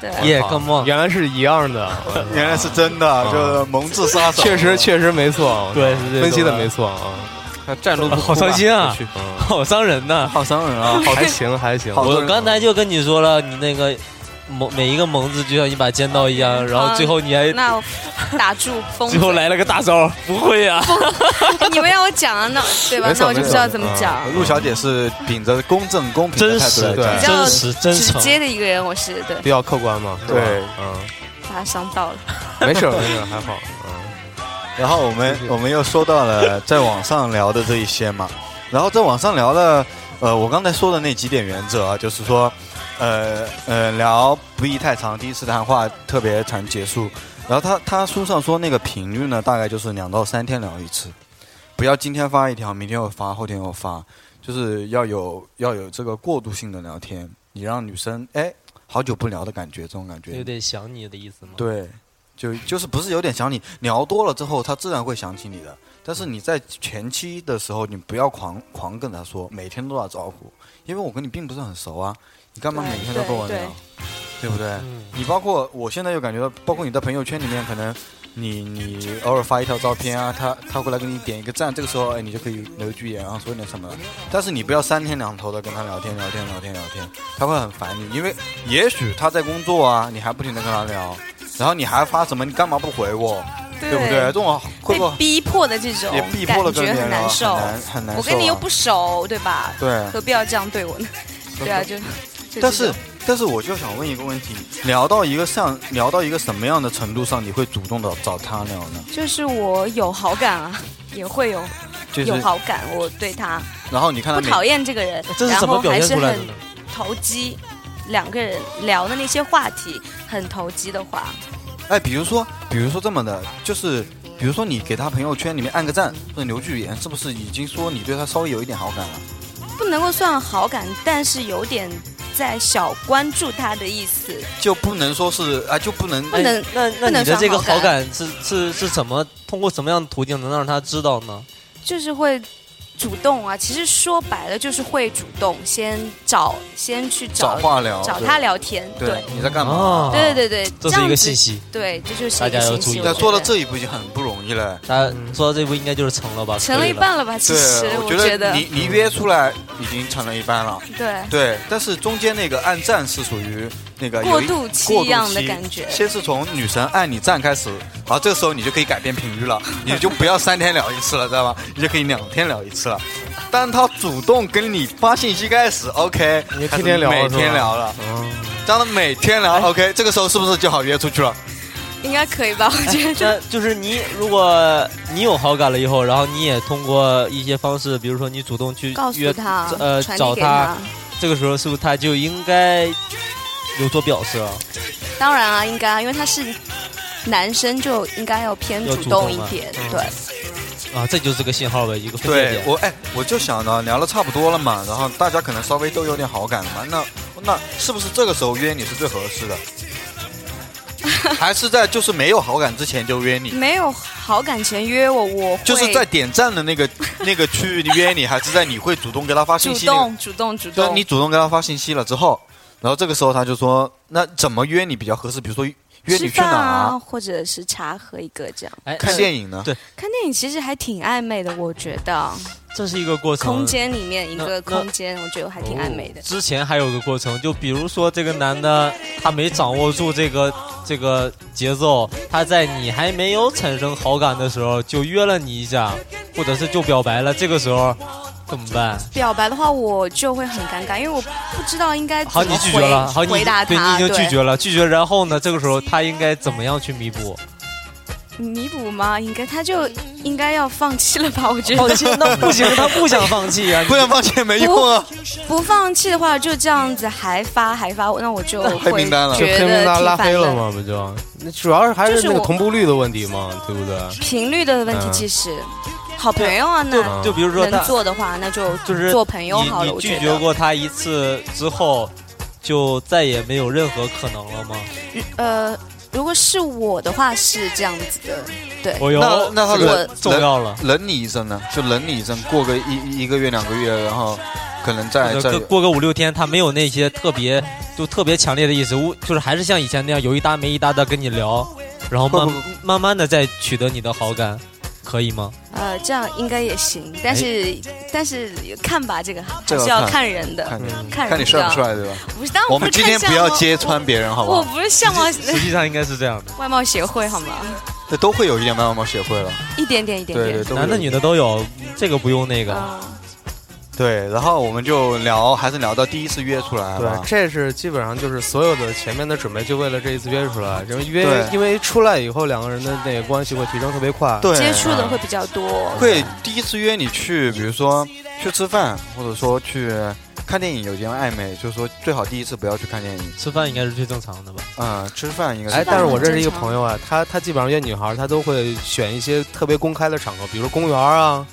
对啊，
也 come on，
嗯原来是一样的，
原来是真的，啊就是萌字杀手。
确实确实没错，
对是这种
分析的
的
没错啊，
站路不哭
好伤心啊
我去
嗯，
好伤人呐。
好伤人啊！
还行还行，
好多
我
人
刚才就跟你说了，你那个萌每一个萌字就像一把尖刀一样，然后最后你还
那我打住封
最
嘴。
后来了个大招，不会呀？
你们让我讲啊，那对吧
没？
那
错
我就不知道怎么讲。
陆小姐是秉着公正公平的
真
态
实
度来讲
对
比较
真实真
直
诚，
接的一个人，我是对，
比较客观嘛，是吧
对
嗯，
把他伤到了。
没 事儿没事儿还好，嗯，
然后我们我们又说到了在网上聊的这一些嘛，然后在网上聊的，呃，我刚才说的那几点原则啊，就是说，呃呃，聊不宜太长，第一次谈话特别长结束。然后他他书上说那个频率呢，大概就是两到三天聊一次，不要今天发一条，明天又发，后天又发，就是要有要有这个过渡性的聊天，你让女生哎好久不聊的感觉，这种感觉
有点想你的意思吗？
对，就就是不是有点想你，聊多了之后，他自然会想起你的。但是你在前期的时候，你不要狂狂跟他说，每天都打招呼，因为我跟你并不是很熟啊，你干嘛
对
每天都跟我聊
对，
对不对？
嗯
你包括我现在就感觉到，包括你在朋友圈里面，可能你你偶尔发一条照片啊，他他会来给你点一个赞，这个时候哎，你就可以留一句言啊，说点什么。但是你不要三天两头的跟他聊天聊天聊天聊天，他会很烦你，因为也许他在工作啊，你还不停的跟他聊，然后你还发什么，你干嘛不回我，对不对？这种会不
被
会
逼迫的这种
也逼迫了跟
感
别
觉
人
很
聊
难受
很。难很难受啊、
我跟你又不熟，对吧？
对，
何必要这样对我呢？对啊，就就
但
这
是
种，
但是我就想问一个问题：聊到一个上，聊到一个什么样的程度上，你会主动的找他聊呢？
就是我有好感 啊，也会有
就是
有，好感，我对他
然后你看
不
他每
讨厌这个人，
这是
然
怎
后
么表
还
现
是
出来
很
的呢？
投机，两个人聊的那些话题很投机的话，
哎，比如说，比如说这么的，就是比如说你给他朋友圈里面按个赞或者留句言，是不是已经说你对他稍微有一点好感了？
不能够算好感，但是有点在小关注他的意思。
就不能说是啊，就不能
不能
那
不
那
能
你的
算
这个
好感
好感是是是怎么通过什么样的途径能让他知道呢？
就是会主动啊。其实说白了就是会主动，先找先去
找
找
话聊，
找
对
他聊天，对
对，你在干嘛？
啊，
对对对
这
对，
是一
样
个
子
信息。
对，这就是
大
一个
家要
信
注
息
意。
那
我
做到
觉得
这一步已经很不容易了。
他做到这步应该就是成了吧？
成了一
可以。
半了吧？其
对
实，
我
觉
得你你约出来已经成了一半了。
对
对，但是中间那个按赞是属于那个
过
有一
渡期
过
一
渡
样的
期
感觉。
先是从女神按你赞开始，然后这个时候你就可以改变频率 了，你就不要三天聊一次了，知道吧？你就可以两天聊一次了。当他主动跟你发信息开始，OK，
你天天聊
开始每
是吧哦
天聊了。当他每天聊，OK，这个时候是不是就好约出去了？
应该可以吧？我觉得。
那就是你，如果你有好感了以后，然后你也通过一些方式，比如说你主动去
告
约
诉，他，
呃
传
找
递给
他这个时候是不是他就应该有所表示啊？
当然啊，应该啊，因为他是男生，就应该要偏
要
主
主
动
动
一
嘛
点，
嗯
对。
啊，这就是个信号呗，一个分界
对
点。
我哎，我就想呢，聊的差不多了嘛，然后大家可能稍微都有点好感了嘛，那那是不是这个时候约你是最合 适的？还是在就是没有好感之前就约你？
没有好感前约我，我会
就是在点赞的那个那个区域约你，还是在你会主动给他发信
主
息、那个？
动、主动、主
就是
动。
你主动给他发信息了之后，然后这个时候他就说，那怎么约你比较合适？比如说约你去
吃饭
哪儿、
啊，或者是茶喝一个这样。
哎，
看
影，
电影呢？
对
看电影其实还挺暧昧的，我觉得
这是一个过程。
空间里面一
嗯那
个
那
空间，我觉得还挺
哦
暧昧的。
之前还有个过程，就比如说这个男的他没掌握住这个这个节奏，他在你还没有产生好感的时候就约了你一下，或者是就表白了，这个时候怎么办？
表白的话，我就会很尴尬，因为我不知道应该怎
好，
么
你拒
回
绝了，好，你
回答
对你
他，
已经拒
对
绝了，拒绝。然后呢，这个时候他应该怎么样去弥 补？
弥补吗？应该他就应该要放弃了吧？我觉
放
得
弃那不行，他不想放弃 啊！
不能放弃没用 啊！
不放弃的话，就这样子还发还发，那我就
黑
会
名单了
就
觉
黑名
得
单
挺
拉黑
烦
了
的。
嘛，不就？那主要是还
就是是
那个
我
同步率的问题嘛，对不对？
频率的问题，
嗯
其实好朋友啊，那
就比如说他
能做的话，那就
就是
做朋友
你
好了。
你
我
拒
觉
绝
得，
过他一次之后，就再也没有任何可能了吗？
呃，如果是我的话是这样子的，对，
哦
那
哟，
那他
这个
冷
重
冷
要了，
啊冷你一阵呢？就冷你一阵，过个一一个月两个月，然后可能再
就
再
是过个五六天，他没有那些特别就特别强烈的意思，我就是还是像以前那样有一搭没一搭的跟你聊，然后慢
会不
慢慢的再取得你的好感，可以吗？
呃，这样应该也行。
哎
但是但是看吧，这个
这
还
个
是要
看
看人的，
看你
看
看
人
你帅不
的。
帅，对吧？
不是，当然
我
嗯啊不
们
是
今
看
天
相
不要
貌
揭穿别人，好不
我
好？
不是相貌
实际上应该是这样的，
外貌协会好吗？
这都会有一点慢慢慢学会了，
一点点一点
对对，，
点
都会有
男的女的都有，这个不用那个。
嗯，
对。然后我们就聊，还是聊到第一次约出来啊
对
啊
吧，。
这是基本上就是所有的前面的准备，就为了这一次约出来，因为约
对
因为出来以后两个人的那个关系会提升特别快。
对
接触的会比较多。
会第一次约你去，比如说去吃饭，或者说去看电影，有点暧昧，就是说最好第一次不要去看电影。
吃饭应该是最正常的吧？
嗯，吃饭应该是。
哎，
吃饭
但是我
很
认识一个
正常
朋友啊，他他基本上约女孩，他都会选一些特别公开的场合，比如公园 啊，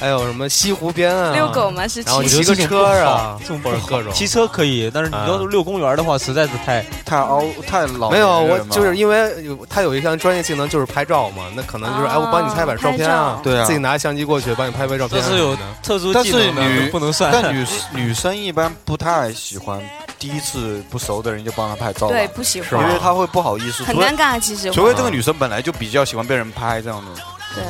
还有什么西湖边啊，
遛狗，嘛是
然后
骑
骑个车啊
这种，不
或
好
者各种。
骑车可以，但是你要是遛公园的话，实在是太
太凹太老
没
年人
有，
了。
我就是因为有他有一项专业技能就是拍照嘛，那可能就是、
啊
哎，我帮你拍一把照片啊
拍照，
对啊
自己拿相机过去帮你拍拍照片、啊
这
什
是有
么的。
特殊
但
技
是
能的，
女
不能算。
但女 女生一般不太喜欢第一次不熟的人就帮她拍照吧，
对，不喜
是
因
吗
欢，
为她会不好意思。
很
除非
尴尬。其实
除非这个女生本来就比较喜欢被人拍这样的。
对，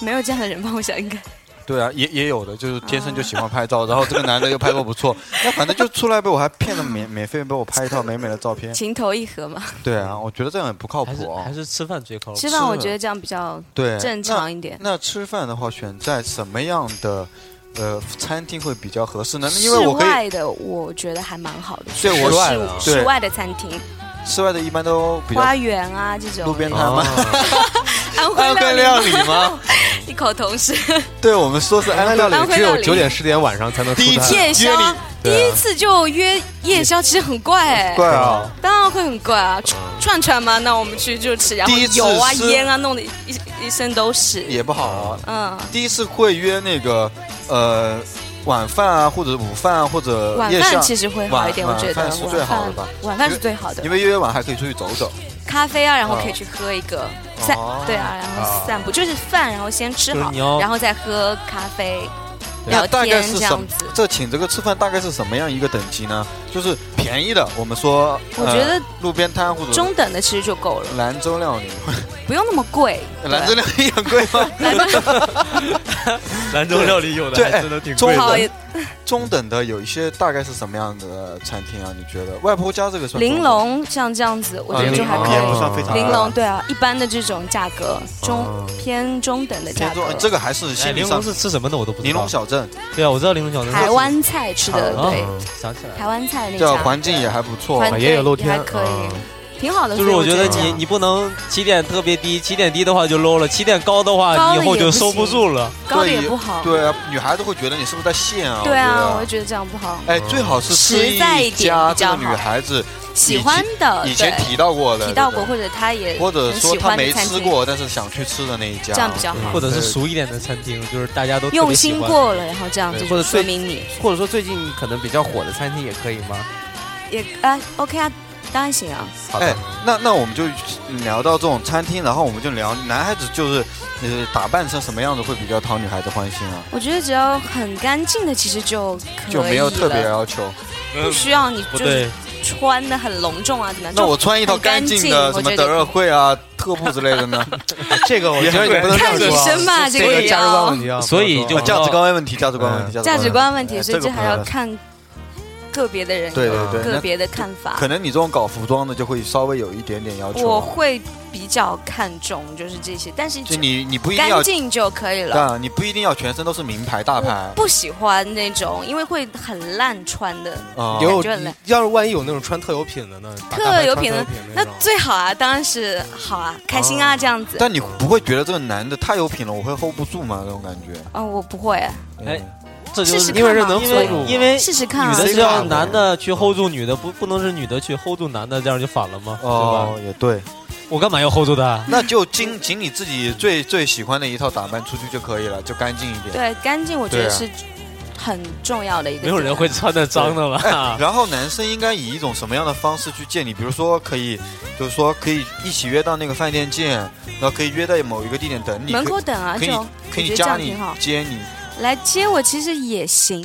没有这样的人吧？我想应该
对啊，也也有的，就是天生就喜欢拍照，然后这个男的又拍过不错，那反正就出来被我还骗了免免费被我拍一套美美的照片。
情投意合嘛。
对啊，我觉得这样也不靠
还是
谱啊
还。是吃饭最靠谱。
吃饭我觉得这样比较
对，
正常一点。
那。那吃饭的话，选在什么样的呃餐厅会比较合适呢？因
室
为我可以
外的我觉得还蛮好的，
对我
室
室外
的
室
对
外的餐厅，
室外的一般都比较
花园啊这种
哦
路边摊
啊
嘛，
安
安
徽
徽料
料
理吗？
理异口同声。
对我们说是按照
按
理
道
安
理
徽
只
料
有
理
九点十点晚上才能出
第一
摊
次
夜宵
约你
第一次就约夜宵，其实很怪哎，
怪啊，
当然会很怪啊，串串串嘛，那我们去就吃，然
嗯
后
第一次
油啊
吃
烟啊弄得一一一身都是，
也不好啊。
嗯，
第一次会约那个呃晚饭啊，或者午饭啊，或者
晚
夜宵
饭其实会好一点，我
晚
觉得
晚饭是最好的吧？
晚饭是最好的
因，为约晚还可以出去走走。
咖啡啊，然后可以去喝一个散，
哦
对啊，然后散步就是饭，然后先吃
就是
好
你要，
然后再喝咖啡，聊
那大概
天
是
这
什
样
么
子？。
这请这个吃饭大概是什么样一个等级呢？就是便宜的，我们说，
我
呃
觉得
路边摊或者
中等的其实就够了，
兰州料理，
不用那么贵。
兰州料理很贵吗？
兰州料理有的
对
还真的挺
中
贵
不
的。
好，
中等的有一些大概是什么样的餐厅啊？你觉得外婆家这个算
玲
中等吗？
珑像这样子，我
啊
觉得就还可
也不
以。
算非常贵
玲珑对啊，一般的这种价格，中偏中等的价
偏
格
中，。这个还是
哎，
心理
玲
上
珑。是吃什么的我都不知道。
玲珑小镇
对啊，我知道玲珑小镇
台湾菜吃的
好
对，
嗯想起来了，
台湾菜那
这
家
环境也还不错，
环
也有露天
还可
嗯
以，挺好的。
就是
所以
我
我
觉得
这
你
样
你不能起点特别低，起点低的话就 low 了，起点高的
高
话
了
你以后
也
就
不
收不
行
住
啊
了。
高的也不好，
对啊，女孩子会觉得你是不是在骗啊？
对啊，
我觉
我就
得
觉得这样不好。
哎，最好是吃
实在一点
家
比较
这
好
个女孩子
喜欢的，
以前
对
提到过的，
提到
对
过，
不对
或者他也
或者
很
说
喜
她
欢的
没
餐
吃
厅，
过，嗯但是想去吃的那一家，哦
这样比较好。
或者是
对
熟一点的餐厅，就是大家都特
用
别喜
心
欢。
过了，然后这样子
对
就
或者
说
最
明你
或者说最近可能比较火的餐厅也可以吗？
也啊 OK 啊，当然行啊。
好
哎
的，，
那那我们就聊到这种餐厅，然后我们就聊男孩子就是呃打扮成什么样子会比较讨女孩子欢心啊，
我觉得只要很干净的，其实就可以
就没有特别啊
了
要求。
不需要你
不
就是
对，
穿的很隆重啊，怎么样？
那
就
我穿一套
很干
干净
净
的，
我
什么
觉
德
得
瑞惠啊、特步之类的 呢？
这个我觉得你不能这
看
样
女
说啊，
生吧，这
这个
也
价值观
要
问 题啊，
所以就
哦价值观问题，价值观问
嗯
题，价值
价值观问题，
哎
所以
这
这
个
还
不
要
能
看个别的人
对
有
对对，
个
那
别的看法
可。能你这种搞服装的就会稍微有一点点要求
我
啊。
会比较看重就是这些，但是
就你你不一定要
干，净就可以了。
啊，你不一定要全身都是名牌大牌
不喜欢那种，因为会很烂穿的。
啊。
有
感觉很累
要是万一有那种穿特有品的呢？把大
特
牌穿
有品
的
的
那
那
种
最好啊，当然是好啊，开心啊，这样子。
但你不会觉得这个男的太有品了，我会 hold 不住吗？那种感觉。
哦，我不会，
哎
嗯，
这就
试试
是
看嘛因为这能
因
hold
为因
哎
为
试试看
女
啊
的。是
谁看
要
我
男的去 hold 住女的，不不能是女的去 hold 住男的，这样就反了吗？
哦，也对，
对吧？我干嘛要 hold 住他？
那就 仅仅你自己最最喜欢的一套打扮出去就可以了，就干净一点。
对，干净我觉得
对啊
是很重要的一个
没
点。啊
有人会穿的脏 的吧？
哎然后男生应该以一种什么样的方式去见你？比如说可以，就是说可以一起约到那个饭店见，然后可以约在某一个地点等你。
门
可以
口等啊，
可
这
以
种
可
我
以
觉得
加
这样
你
挺好
接你。
来接我其实也行，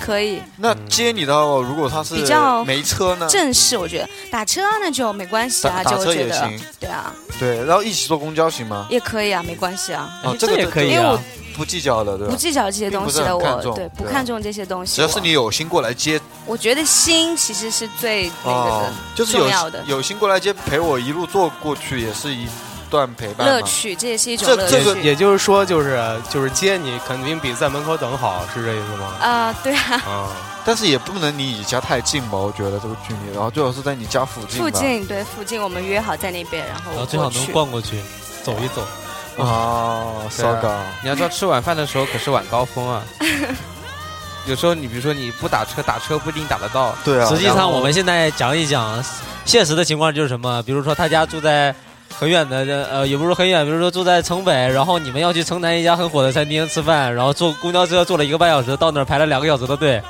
可以
那接你的话，如果他是
比较
没车呢？
正式。我觉得打车啊那就没关系
打
啊，
嗯打
就
车
我觉
也
得
行，
对啊，
对，然后一起坐公交行吗？
也可以啊，没关系啊，
哦
哎
这个
也
就
可以
因为
啊
我。
不计较的，对
不
吧？
计较这些
并不
东
是
西的
很看
我
重，
对不
对啊
看重这些东西。
只要是
我
你有心过来接
我觉得心其实是最那个
哦
的，
就是有
重要的
有心过来接，陪我一路坐过去，也是一段陪伴嘛
乐趣，这也是一种
哦这
乐
这个
趣。
也就是说，就是就是接你肯定比在门口等好，是这意思吗？
啊，对啊，
啊，
但是也不能离你家太近吧？我觉得这个距离，然后最好是在你家附近吧。
附近对附近，我们约好在那边，然后
然
我
后最好
过
能
去。
逛过去，走一走。
啊，
对
骚
啊
搞。
你要知道吃晚饭的时候可是晚高峰啊。有时候你比如说你不打车，打车不一定打得到。
对啊，
实际
然
上，
后
我们现在讲一讲现实的情况就是什么？比如说他家住在很远的，呃，也不是很远，比如说住在城北，然后你们要去城南一家很火的餐厅吃饭，然后坐公交车坐了一个半小时，到那儿排了两个小时的队，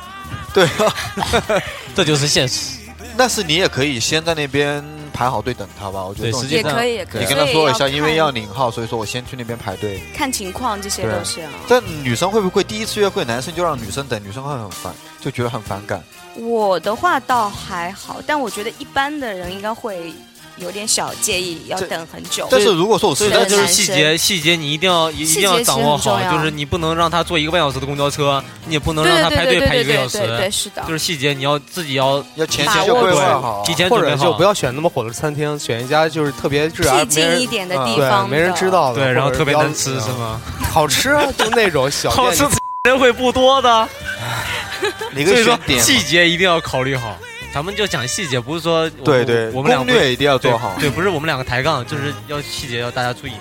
对啊，
这就是现实。
但是你也可以先在那边排好队等他吧。我觉得这
对
种啊
实际
也
上
可以，也可以。
你跟他说一下，
所以
因为要
看
领号，所以说我先去那边排队。
看情况，这些
对
都是啊。
但女生会不会第一次约会，男生就让女生等，女生会很烦，就觉得很反感？
哦
我的话倒还好，但我觉得一般的人应该会有点小介意，要
这
等很久。
但是如果说我
所
是
以
对
这
在
就是细节，细节你一定要一一定要掌握
细节
好
是很重，要
就是你不能让他坐一个半小时的公交车，你也不能
对
让他
对
排
对
队
对
排一
对
个小
对对对，
时，
是的
就。是细节你要自己要
要前
把
期就
握
规
住
划好，啊
提前
或
准备
者
好，
就不要选那么火的餐厅，选一家就是特别治
僻
安没
静一
人
点的
啊
地
对
方，
没人知。道的，
对，然后
或者
特别
比较嗯
难吃是？吗？
好吃啊，就那种小
好 吃
店。
人会不多的。
你
所
个
以说
选点嘛。
细节一定要考虑好。咱们就讲细节，不是说我
对对，
我们俩
攻
不是
略一定要做好。
对，对不是我们两个抬杠，就是要细节要大家注意。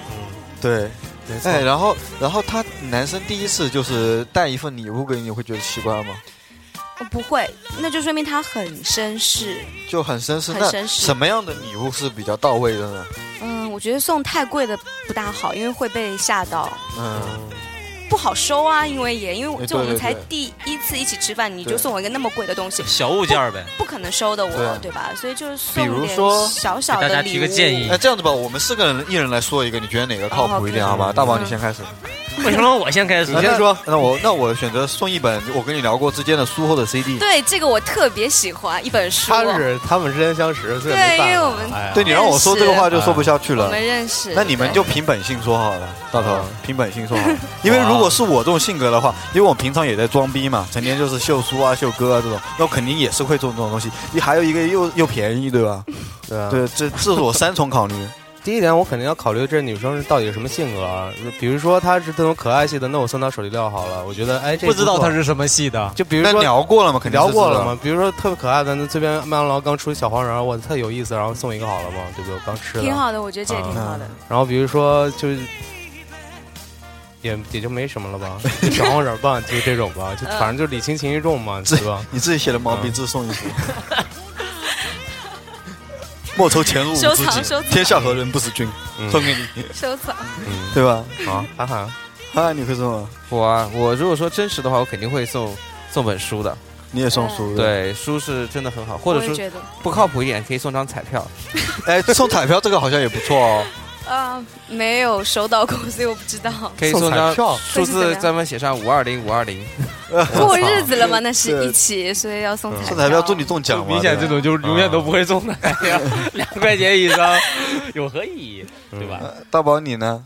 对，
没错，
哎，然后然后他男生第一次就是带一份礼物给你，会觉得奇怪吗？
我哦不会，那就说明他很绅士。
就很绅士。
很
那
绅士
什么样的礼物是比较到位的呢？
嗯，我觉得送太贵的不大好，因为会被吓到，
嗯，
不好收啊。因为也因为
哎
就我
对
们
对
才
对
第一次一起吃饭，你就
对
送我一个那么贵的东西，
小物件儿呗，
不可能收的我，
对啊
对吧？所以就是送
比如
点
说
小小
给大
的
家
礼物。
提个建议
哎，这样子吧，我们四个人一人来说一个，你觉得哪个靠谱一点？
哦
好吧，
，OK
大宝你
嗯
先开始。
为什么我先开始？
先说。那我那我选择送一本我跟你聊过之间的书或者 CD。
对，这个我特别喜欢一本书。
他是他们之间相识，所以没办法。
对因为我们
哎呀
啊对你让我说这个话就说不下去
我
了。
们认识，
那你们
对
就凭本性说好了，大头
嗯，
凭本性说好了。因为如果是我这种性格的话，因为我平常也在装逼嘛，成天就是秀书啊、秀歌啊这种，那我肯定也是会做这种东西。你还有一个又又便宜，对吧？
对啊
对，这这是我三重 考虑。
第一点，我肯定要考虑这女生是到底是什么性格啊。比如说她是那种可爱系的，那我送她手提料好了。我觉得，哎，这
不知道
错
他是什么系的，
就比如
那
说
聊过了吗？肯定
聊
是
过了
知道
嘛。比如说特别可爱的，那这边麦当劳刚出小黄人儿，我太有意思，然后送一个好了嘛，对不对？我刚吃
挺
的。
好的，我觉得这也挺好的。
然后比如说就是。也也就没什么了吧，就小黄人儿 吧，就这种吧，就
嗯
反正就礼轻情意重嘛，对吧？
你自己写的毛笔字送一幅。
嗯
莫愁前路无
收
知
藏
己
收，藏
天下何人不识君。
嗯
送给你，
收藏，
对吧？
啊，涵涵，
啊，你会送吗？
我啊，我如果说真实的话，我肯定会送送本书的。
你也送书？吧，
对，书是真的很好，或
我
者
也
说
觉得，
不靠谱一点，可以送张彩票。
哎，送彩票这个好像也不错哦。
啊，没有收到过， 所以我不知道。
可以
送
送
彩
张
票
数字专门写上五二零五二零，
过日子了嘛，那是
对
一起，所以要送 彩票。
送彩票祝你中奖嘛！
明显这
对吧
种就是永远都不会中的，
啊
两块钱以 上有何意义，对吧？
呃大宝你呢？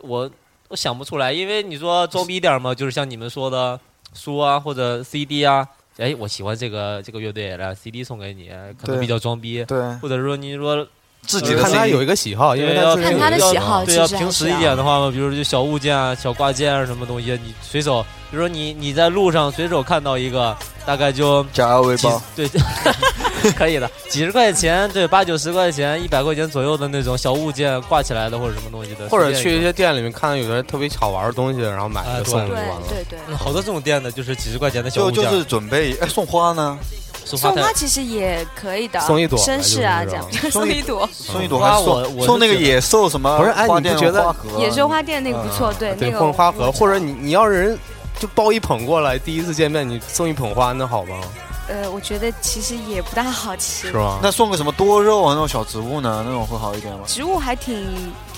我我想不出来，因为你说装逼一点嘛，就是像你们说的书啊或者 CD 啊，哎，我喜欢这个这个乐队，来 CD 送给你，可
对
能比较装逼，
对，呃
或者说你说
自己
己的
的
看她
CD
有一个喜好，因为
对
她
要
自己
看
有
她的
一个
喜好，其
对
实
啊，
还是
平时一点的话嘛，比如就小物件啊、小挂件啊什么东西，你随手，比如说你你在路上随手看到一个，大概就
加二维
几
包，
对， 可以的，几十块钱，对，八九十块钱、一百块钱左右的那种小物件挂起来的或者什么东西的，
或者
随便
去
一
一
个。
些店里面看到有的人特别好玩的东西，然后买一
哎
个
对
送就
啊对
完了。
对对，
嗯好多这种店的，就是几十块钱的小
就
物件，
就是准备哎送花呢，
嗯送花
送花
太
其实也可以的，
送一朵吧
绅士啊，
就是
送
这种
这样 送
一
一朵。
送一朵
花
还
我
送
我
送那个
是觉得
野兽什么
不是哎
花
你不
店
觉得
花盒啊
野兽花店那个不错，对
对，
那个
送花盒，
我
或者你你要是人就抱一捧过来，第一次见面你送一捧花，那好吗？
呃，我觉得其实也不大好吃
是。吗？
那送个什么多肉啊那种小植物呢？那种会好一点吗？
植物还挺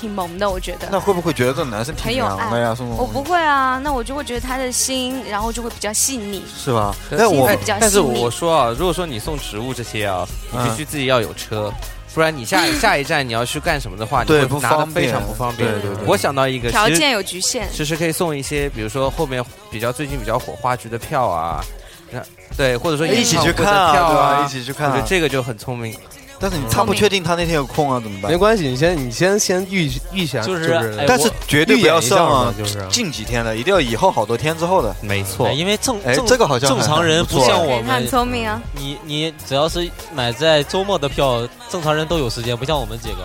挺萌的，我觉
那
得。
会不会觉得这男生挺
很有
娘的呀？送
我不会啊，那我就会觉得他的心，然后就会比较细腻，
是吧？
可是
那我
心思比较
但是
细腻
我。说啊，如果说你送植物这些啊，你
嗯
必须自己要有车，不然你下下一站你要去干什么的话，你
对
会
不
拿的
方便
非常不方便。
对对对
我想到一个
条
其实
件有局限，
其实可以送一些，比如说后面比较最近比较火话剧的票啊，那对，或者说
一
演
起
唱
去
会的
看啊，
票
对吧？
啊
一，起去
我
看
觉得
啊。
这个就很聪明。
但是你他不确定他那天有空啊，怎么办
没？关系，你先你先先预预想，
就是哎
但是绝对
预
不要
演一下
上
嘛
啊，，
就是。
近几天的，一定要以后好多天之后的。
没错
哎，因为正
哎
正
这个好像
正常
还
人
不
不
错
像
哎
我
对他
们
很，聪明啊，
你你只要是买在周末的票，正常人都有时间，不像我们几个。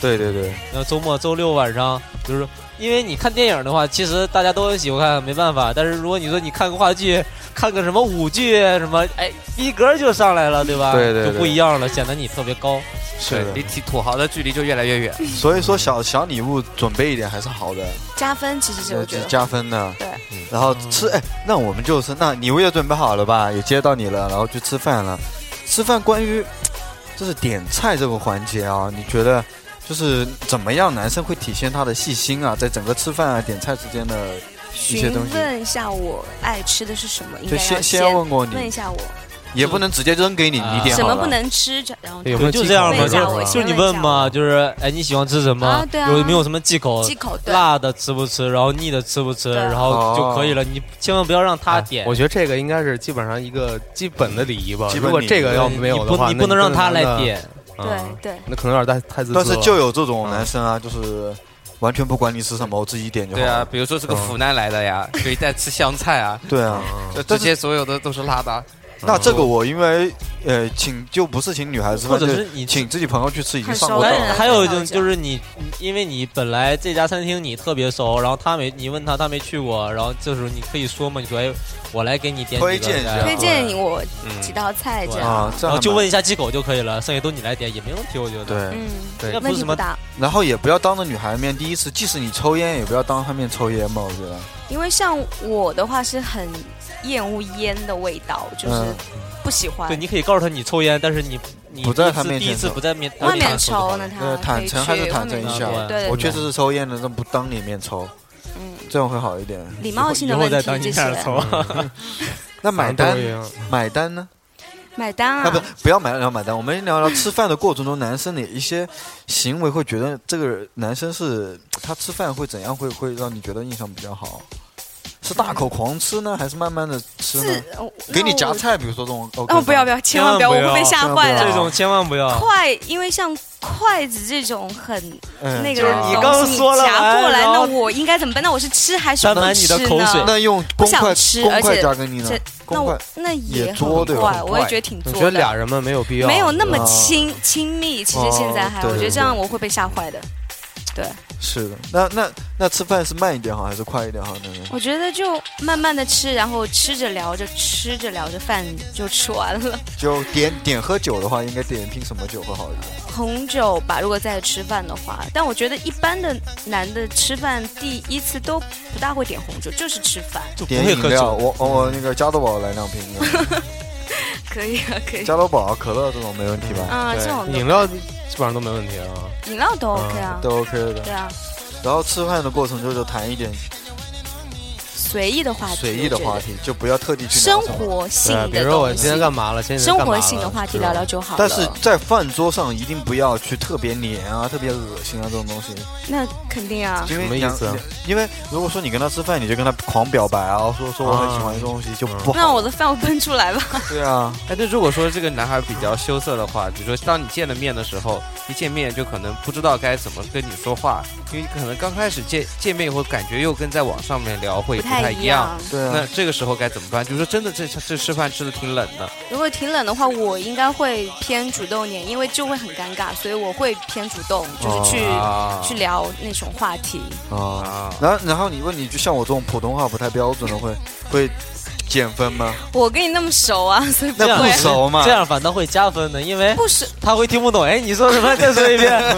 对对对，
然后周末周六晚上，就是因为你看电影的话，其实大家都很喜欢看，没办法。但是如果你说你看个话剧，看个什么舞剧什么，哎，逼格就上来了，对吧？
对对对
就不一样了，显得你特别高。
是
对，离
的。
土土豪的距离就越来越远。
所以说小小礼物准备一点还是好的，
加分其实是我
这
觉
是
得。
加分的。
对
嗯，然后吃哎，那我们就是那礼物也准备好了吧，也接到你了，然后去吃饭了。吃饭关于就是点菜这个环节啊，你觉得就是怎么样男生会体现他的细心啊，在整个吃饭啊点菜之间的，些
询
东西
问一下我爱吃的是什么，应该
就
要
先先
先
要问过
问一
你，
下我
也不能直接扔给你，
啊
你点
什
好
么
了。
不能吃，然后
有没有
就这样
吧
嘛，
问一下
就
我
是就
先
是你
问一
问
下
嘛，
我
就是哎你喜欢吃什么？
啊对啊
有没有什么忌口？
忌口对。
辣的吃不吃，然后腻的吃不吃，
对啊
然后就可以了。你千万不要让他点。
哎我觉得这个应该是基本上一个基本的礼仪吧。
基本
如果
礼仪
这个要没有
你
的
不
话，
你不能让他来
点，
点。
嗯
对对，
那可能有点太太自私
但
了。
是就有这
嗯
种男生啊，就是完全不管你吃什么，我自己点就好
对啊，
了。
比如说是
嗯
个湖南来的 呀，可以在吃湘菜啊，
对啊，
就这
但是
些所有的都是辣的。
那这个我因为呃，请就不是请女孩子吃
或
饭，
者
就是
你
请自己朋友去吃已经上过
很
当
熟的人
了。
还还有一种
很少
就是你，你因为你本来这家餐厅你特别熟，然后他没你问他他没去过，然后这时候你可以说嘛，你说哎，我来给你点
推
几个
荐一下
菜
推荐
对
我
嗯
几道菜这样。
啊，这样
然后就问一下鸡狗就可以了，剩下都你来点也没问题，我觉得。，
对，
嗯，
对
问题不大，
然后也不要当着女孩面，第一次即使你抽烟，也不要当她面抽烟嘛，我觉得。
因为像我的话是很厌恶烟的味道，就是
嗯
不喜欢
对，。你可以告诉他你抽烟，但是你你
不在他面前
第一次第一次
抽
不在面
外面抽
抽
呢，
呃
他，
坦诚还是坦诚一下
对对，对
嗯我确实是抽烟的，但不当你面抽，
嗯，
这样会好一点。
礼貌性的
以后
问
再
题
当你
这
面
些。
抽。
那买
都
单
一样
买单呢？
买单
啊，不
啊，，
不要买聊买单。我们聊聊吃饭的过程中，男生的一些行为，会觉得这个男生是他吃饭会怎样，会会让你觉得印象比较好？是大口狂吃呢，还是慢慢的吃
自
呢？
哦
给你
那
夹
我
菜，比如说这种 OK 吗。
哦，不要不要，千万不要，
千万
我
不
会被
要
吓
千万
坏
不要
这
的。
种千万不 要。
筷，因为像筷子这种很
嗯，
那个
就是
东
你
西，
刚
刚说了
夹
完
过来，
然
那
后
我应该怎么办？那我是吃还是
沾
不
满你
吃
的
呢？
口水
那用
不
公
想
筷
吃
公
而
筷
且
夹给你呢
这？那
公筷
我那
也
很
作对
怪，
很
我也
怪
觉得挺
我觉
作
得
的
俩。人们没有必要，
没有那么
啊
亲亲密，其实
哦
现在还，
对
我觉得
对
这样我会被吓坏的。对，
是的。那那那吃饭是慢一点好，还是快一点好呢？
我觉得就慢慢的吃，然后吃着聊着，吃着聊着，饭就吃完了。
就点点喝酒的话，应该点一瓶什么酒会好一点？
红酒吧，如果在吃饭的话，但我觉得一般的男的吃饭第一次都不大会点红酒，就是吃饭。
就不
点
会
饮
喝
料，
酒。
我我我那个加多宝来两瓶，
可以啊，可以。
加多宝、可乐这种没问题吧？
啊，这种
对
都
饮料基本上都没问题啊。
饮料都 OK 啊，
都 OK 的。
对啊，
然后吃饭的过程就是谈一点
随意的话题，
随意的话
题，
题，就不要特地去
生
聊什么。
活性
对，啊
的
比如说我
东
今天
西
干嘛了，今天
生
干嘛
活
了
性的话题
是吧
聊聊就好了。
但
啊
是在饭桌上一定不要去特别黏啊、特别恶心啊这种东西，
那肯定啊，
因为
什么意思啊
因为如果说你跟他吃饭，你就跟他狂表白啊，说说我很喜欢这东西，就
嗯
不
那
好。
我的饭我喷出来吧。
对啊，
哎，那如果说这个男孩比较羞涩的话，比如说当你见了面的时候，一见面就可能不知道该怎么跟你说话，因为可能刚开始见见面以后，感觉又跟在网上面聊会不太
一
一样。。
对啊
那，这个时候该怎么办？比如说，真的这这吃饭吃的挺冷的，
哎
如果挺冷的话，我应该会偏主动一点，因为就会很尴尬，所以我会偏主动，就是去、
啊
去聊那种话题。
啊。
啊，
然后然后你问你就像我这种普通话不太标准的会会减分吗？
我跟你那么熟啊，所以不
那不
会。
熟嘛
这。样反倒会加分的，因为
不熟，
他会听不懂。哎，你说什么？再说 一遍。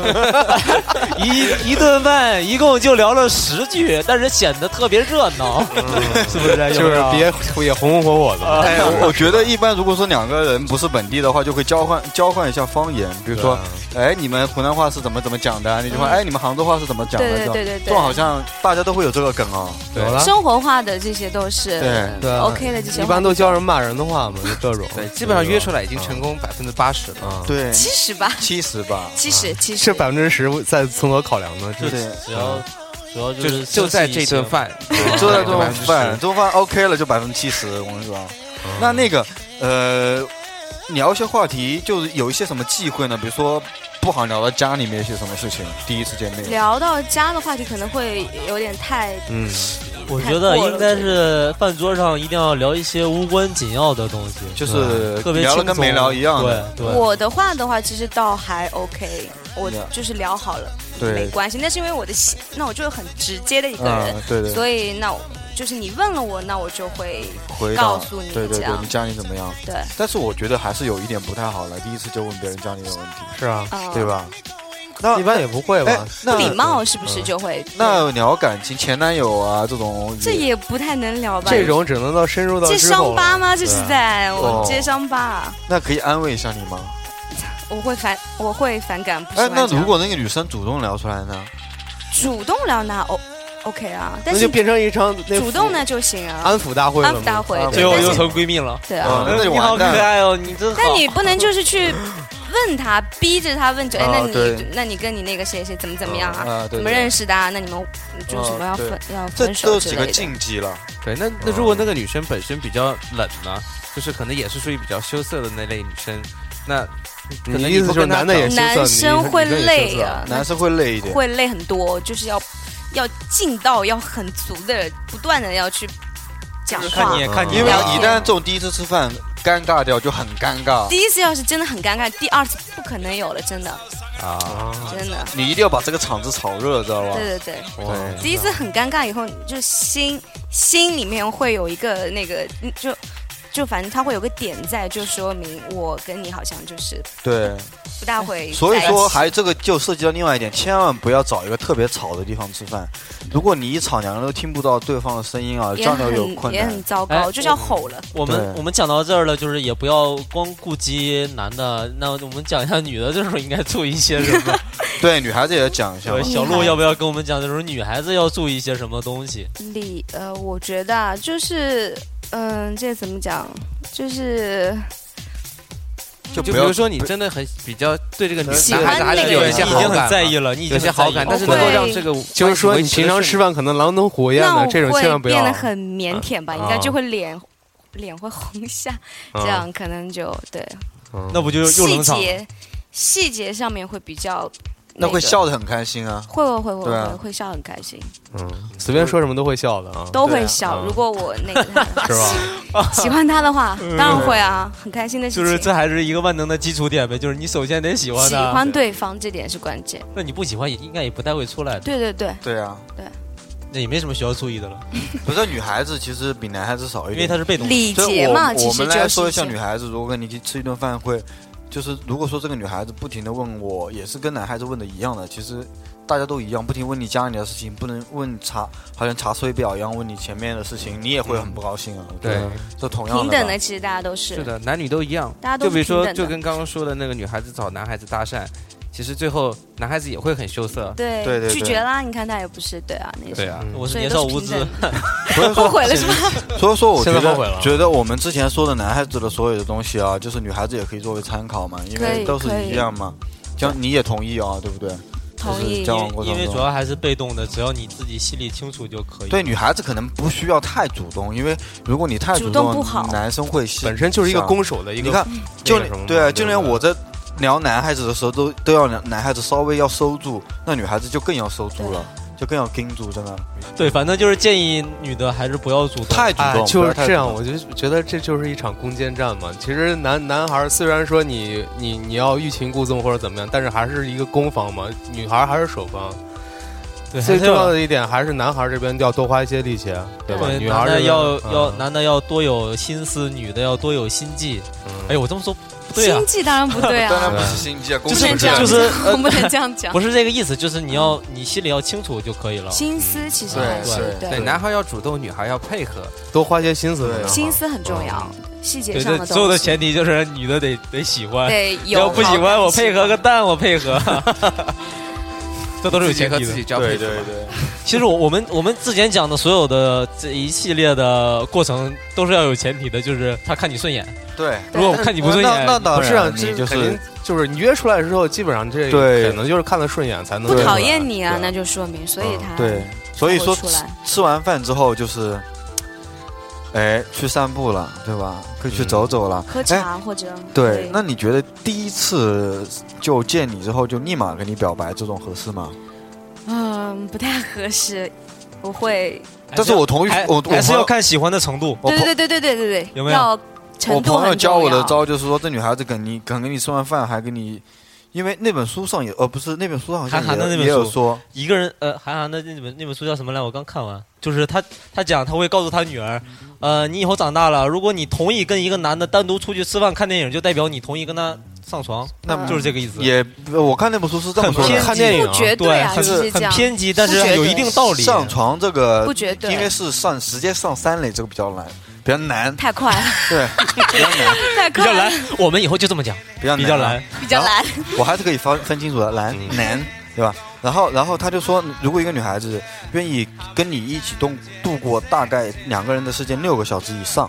一一顿饭一共就聊了十句，但是显得特别热闹，
嗯
是不是？有
就
没
是
有
别也红红火火的 嘛。
哎，我我觉得一般，如果说两个人不是本地的话，就会交换交换一下方言，比如说，哎，你们湖南话是怎么怎么讲的啊？那句话，
嗯
哎，你们杭州话是怎么讲的？这
对对
种
对对
这种好
对，
像大家都会有这个梗哦。
有了，
生活化的这些都是
对，
啊对啊
OK 的这些话题。
一般都教人骂人的话嘛，就各种。嗯
对，基本上约出来已经成功百分之八十了。
啊，
对，
七十吧，
七十吧，
七十七十
这。百分之十在综合考量的，这
对，
只要主要
就是就在这顿饭，
就在这种饭，
饭
这，种饭 OK 了就百分之七十，我跟你说。啊那那个，呃，聊一些话题，就是有一些什么忌讳呢？比如说不好聊到家里面一些什么事情，第一次见面。
聊到家的话题可能会有点太，
嗯，
我觉得应该是饭桌上一定要聊一些无关紧要的东西，
就是
特别
聊了
轻
跟
松
没聊一样的，
对对，
我的话的话，其实倒还 OK，我
Yeah
就是聊好了，
对
没关系。那是因为我的性，那我就是很直接的一个
啊
人，，
对对，
所以那我就是你问了我，那我就会
回答
告诉你
对对
这
对，
样
你家里怎么样？
对，
但是我觉得还是有一点不太好了，第一次就问别人家里的问题，
是啊，
呃，
对吧？那
一般也不会
哎
吧？，
那
不礼貌是不是就会？
那聊感情、前男友啊这种，
这也不太能聊吧？
这种只能到深入到
这
之后
伤
了
疤？
嗯
吗？这是在
哦
我接伤疤，
那可以安慰一下你吗？
我会反，我会反感。不喜
哎
欢，
那
这样
如果那个女生主动聊出来呢？
主动聊那 O OK 啊，但
那
是
就变成一场那
主动呢就行啊，
安抚大会了
安
嘛
抚大会
安抚，
对
最后
但
又
是
成闺蜜了。嗯
对
啊
啊。
那就
你
完
好可
蛋了
爱哦，你真好。
但你不能就是去问他，逼着他问，就哎，
啊
那你
对
那你跟你那个谁谁怎么怎么样啊？
啊，对
怎么认识的啊？那你们就什么
啊
要
对
分要
这
分手
都
之
几
类
个
的？啊
禁忌了，
对，那那如果那个女生本身比较冷呢，就是可能也是属于比较羞涩的那类女生，那可能
你的意思
不
就是
跟她
男的
搞
也羞涩，
男生会
女生也羞
累
涩
啊，
男生会累一点。
会累很多，就是要要劲道要很足的，不断的要去讲
看
话
你。看你，
因为
了解
一旦这种第一次吃饭，尴尬掉就很尴尬，
第一次要是真的很尴尬，第二次不可能有了，真的
啊，
真的。
你一定要把这个场子炒热，知道吧？
对对对，
对
第一次很尴尬，以后就心心里面会有一个那个，嗯就就反正他会有个点在，就说明我跟你好像就是
对，
不大会在一起。
哎所以说还这个就涉及到另外一点，千万不要找一个特别吵的地方吃饭。如果你一吵，两个人都听不到对方的声音啊，这
也
样就有
很
困
也
难
很。糟
哎
糕，就是要吼了。
我们
对
我们讲到这儿了，就是也不要光顾及男的，那我们讲一下女的这时候应该注意些什么。
对，女孩子也要讲一下嘛
对，小鹿要不要跟我们讲，就是女孩子要注意些什么东西？
理呃，我觉得啊，就是嗯，这怎么讲？就是
就
就
不
比
要
如说你真的很比较对这个女
喜
男
欢
孩子还
那
是
个
有
人
一些
你已
好
经
感
很在意
嘛，
了，你已经
有些
很在
好
意
感，
了哦
但是能够
会哦
让这个
就是说
关
你
系维持
平常
得
吃饭可能狼吞虎咽
那
的，
我
这种千
会
万不要
变得。很腼腆吧，应该
啊
就会脸脸会红一下，
嗯
这样可能就对
那不就又
细
冷场？
节细节上面会比较
那
个
会笑得很开心啊。
会会会会
对啊哦
会会笑很开心，
嗯，随便说什么都会笑的啊，
都
对
会
啊
笑。
嗯
如果我那个 他的话
是吧？
喜欢他的话，
嗯
当然会啊，很开心的事
就是
情。
这还是一个万能的基础点呗，就是你首先得喜欢
喜
他，
欢对方这点是关键。
那你不喜欢也应该也不太会出来的，
对对对，
对啊，
那也没什么需要注意的了，
不是女孩子其实比男孩子少一
因
点，
为他是被动的。
礼
所以
节
我
嘛，其
我
实
们
就
来
是
说，
一
像
些
女孩子，如果跟你去吃一顿饭会，就是如果说这个女孩子不停的问我，也是跟男孩子问的一样的，其实大家都一样，不停问你家里的事情，不能问查，好像查水表一样问你前面的事情，你也会
嗯
很不高兴啊。我觉得
对，
这同样
平等
吧
的，，其实大家都是
是的，男女都一样。
大家都
就比如
是平
说，
等
就
的
跟刚刚说的那个女孩子找男孩子搭讪，其实最后男孩子也会很羞涩。
对
对对
拒
对
绝啦，你看他也不是对啊，那
对
是
啊，
嗯
我是
所以
年少
都是
无
平
知，
等
所以
后
说，
悔 了是吧？
所以说，我觉
现在后悔了
得觉得我们之前说的男孩子的所有的东西啊，就是女孩子也可以作为参考嘛，因
可
为
以
都是
可
一
以
样嘛。像你也同意啊，对不对？
同
就是
意
交。往
因
过
为
程
因为
中
主要还是被动的，只要你自己心里清楚就可以。
对，女孩子可能不需要太主动，因为如果你太
主
动，
动不好
男生会喜
本身就是一个
啊
想
攻守的一个。
你看，就
那个什么嘛
对
对
啊，
不
就连
对
我在聊男孩子的时候都都要男孩子稍微要收住，那女孩子就更要收住了，就更要盯住，真的
对，反正就是建议女的还是不要主动。
太主
哎，
动，
就
不
是
要太
这
主
样，
动。
我就觉得这就是一场攻坚战嘛。其实男男孩儿虽然说你你你要欲擒故纵或者怎么样，但是还是一个攻防嘛，女孩儿还是守方。
对，
最
还是
重要的一点还是男孩儿这边要多花一些力气，啊对吧？
对
女孩儿
男的
这边
要要
嗯
男的要多有心思，女的要多有心计。哎呦，我这么说不对啊
经，济当然不对
当然
啊，
不是心机啊，
不
公司
能
不
这
是
样，
就是呃
讲， 我不能这样讲
不。是这个意思，就是你要你心里要清楚就可以了。
心思其实
对
还是
对
对，男孩要主动，女孩要配合。
多花些心思啊
对啊
嘛。
心思很重要，细节
对，
上
这
的
所有
东
的
西
前提就是女的得得喜欢，
得
要
有。
不喜欢我配合，个蛋，我 配合。这都是有
自己
前
和
提
自
的
己。交
对
配
对
合。
对，
其实我我们我们之前讲的所有的这一系列的过程都是要有前提的，就是他看你顺眼。
对，
如果我看你不顺
那
眼，
那当
不是啊，
然，
这
你就
肯定
是
就是你约出来之后，基本上这
对
可能就是看得顺眼才能
不
约出来
讨厌你啊，
对
那就说明，所以
嗯
他
对，所以
才会
说
出
吃
来
吃完饭之后就是。哎，去散步了，对吧？可以去
嗯
走走了。
喝
哎，
茶或者
对，那你觉得第一次就见你之后就立马跟你表白，这种合适吗？
嗯不太合适，我会
但是我同意
还，
我
还
我
是要
朋友
看喜欢的程度。
我
对
朋
对对对对对对，
有没有
要程
我
度
朋友
很
教
重
我的
要
招就是说，这女孩子肯你肯跟你吃完饭还跟你，因为那本书上也呃不是那本书上好像也
韩寒的那本
也有
书
说，
一个人，呃，韩寒的那本那本书叫什么来？我刚看完，就是他他讲他会告诉他女儿，呃，你以后长大了，如果你同意跟一个男的单独出去吃饭看电影，就代表你同意跟他上床，
那
嗯
就是这个意思。
也我看那本书是这么说
很偏
的，
看电影
不绝
对
啊，
很
其实这
很
样
偏激，但是啊
不绝对
有一定道理。
上床这
不
个
绝对，
因为是上直接上三类，这个比较难，比较难，
太快了，
对，比较难，
太
比
快
较
了
难，，我们以后就这么讲，
比较难，
比较难。嗯
比较难，
我还是可以分分清楚的，男男，对吧？然后，然后他就说，如果一个女孩子愿意跟你一起度度过大概两个人的时间六个小时以上，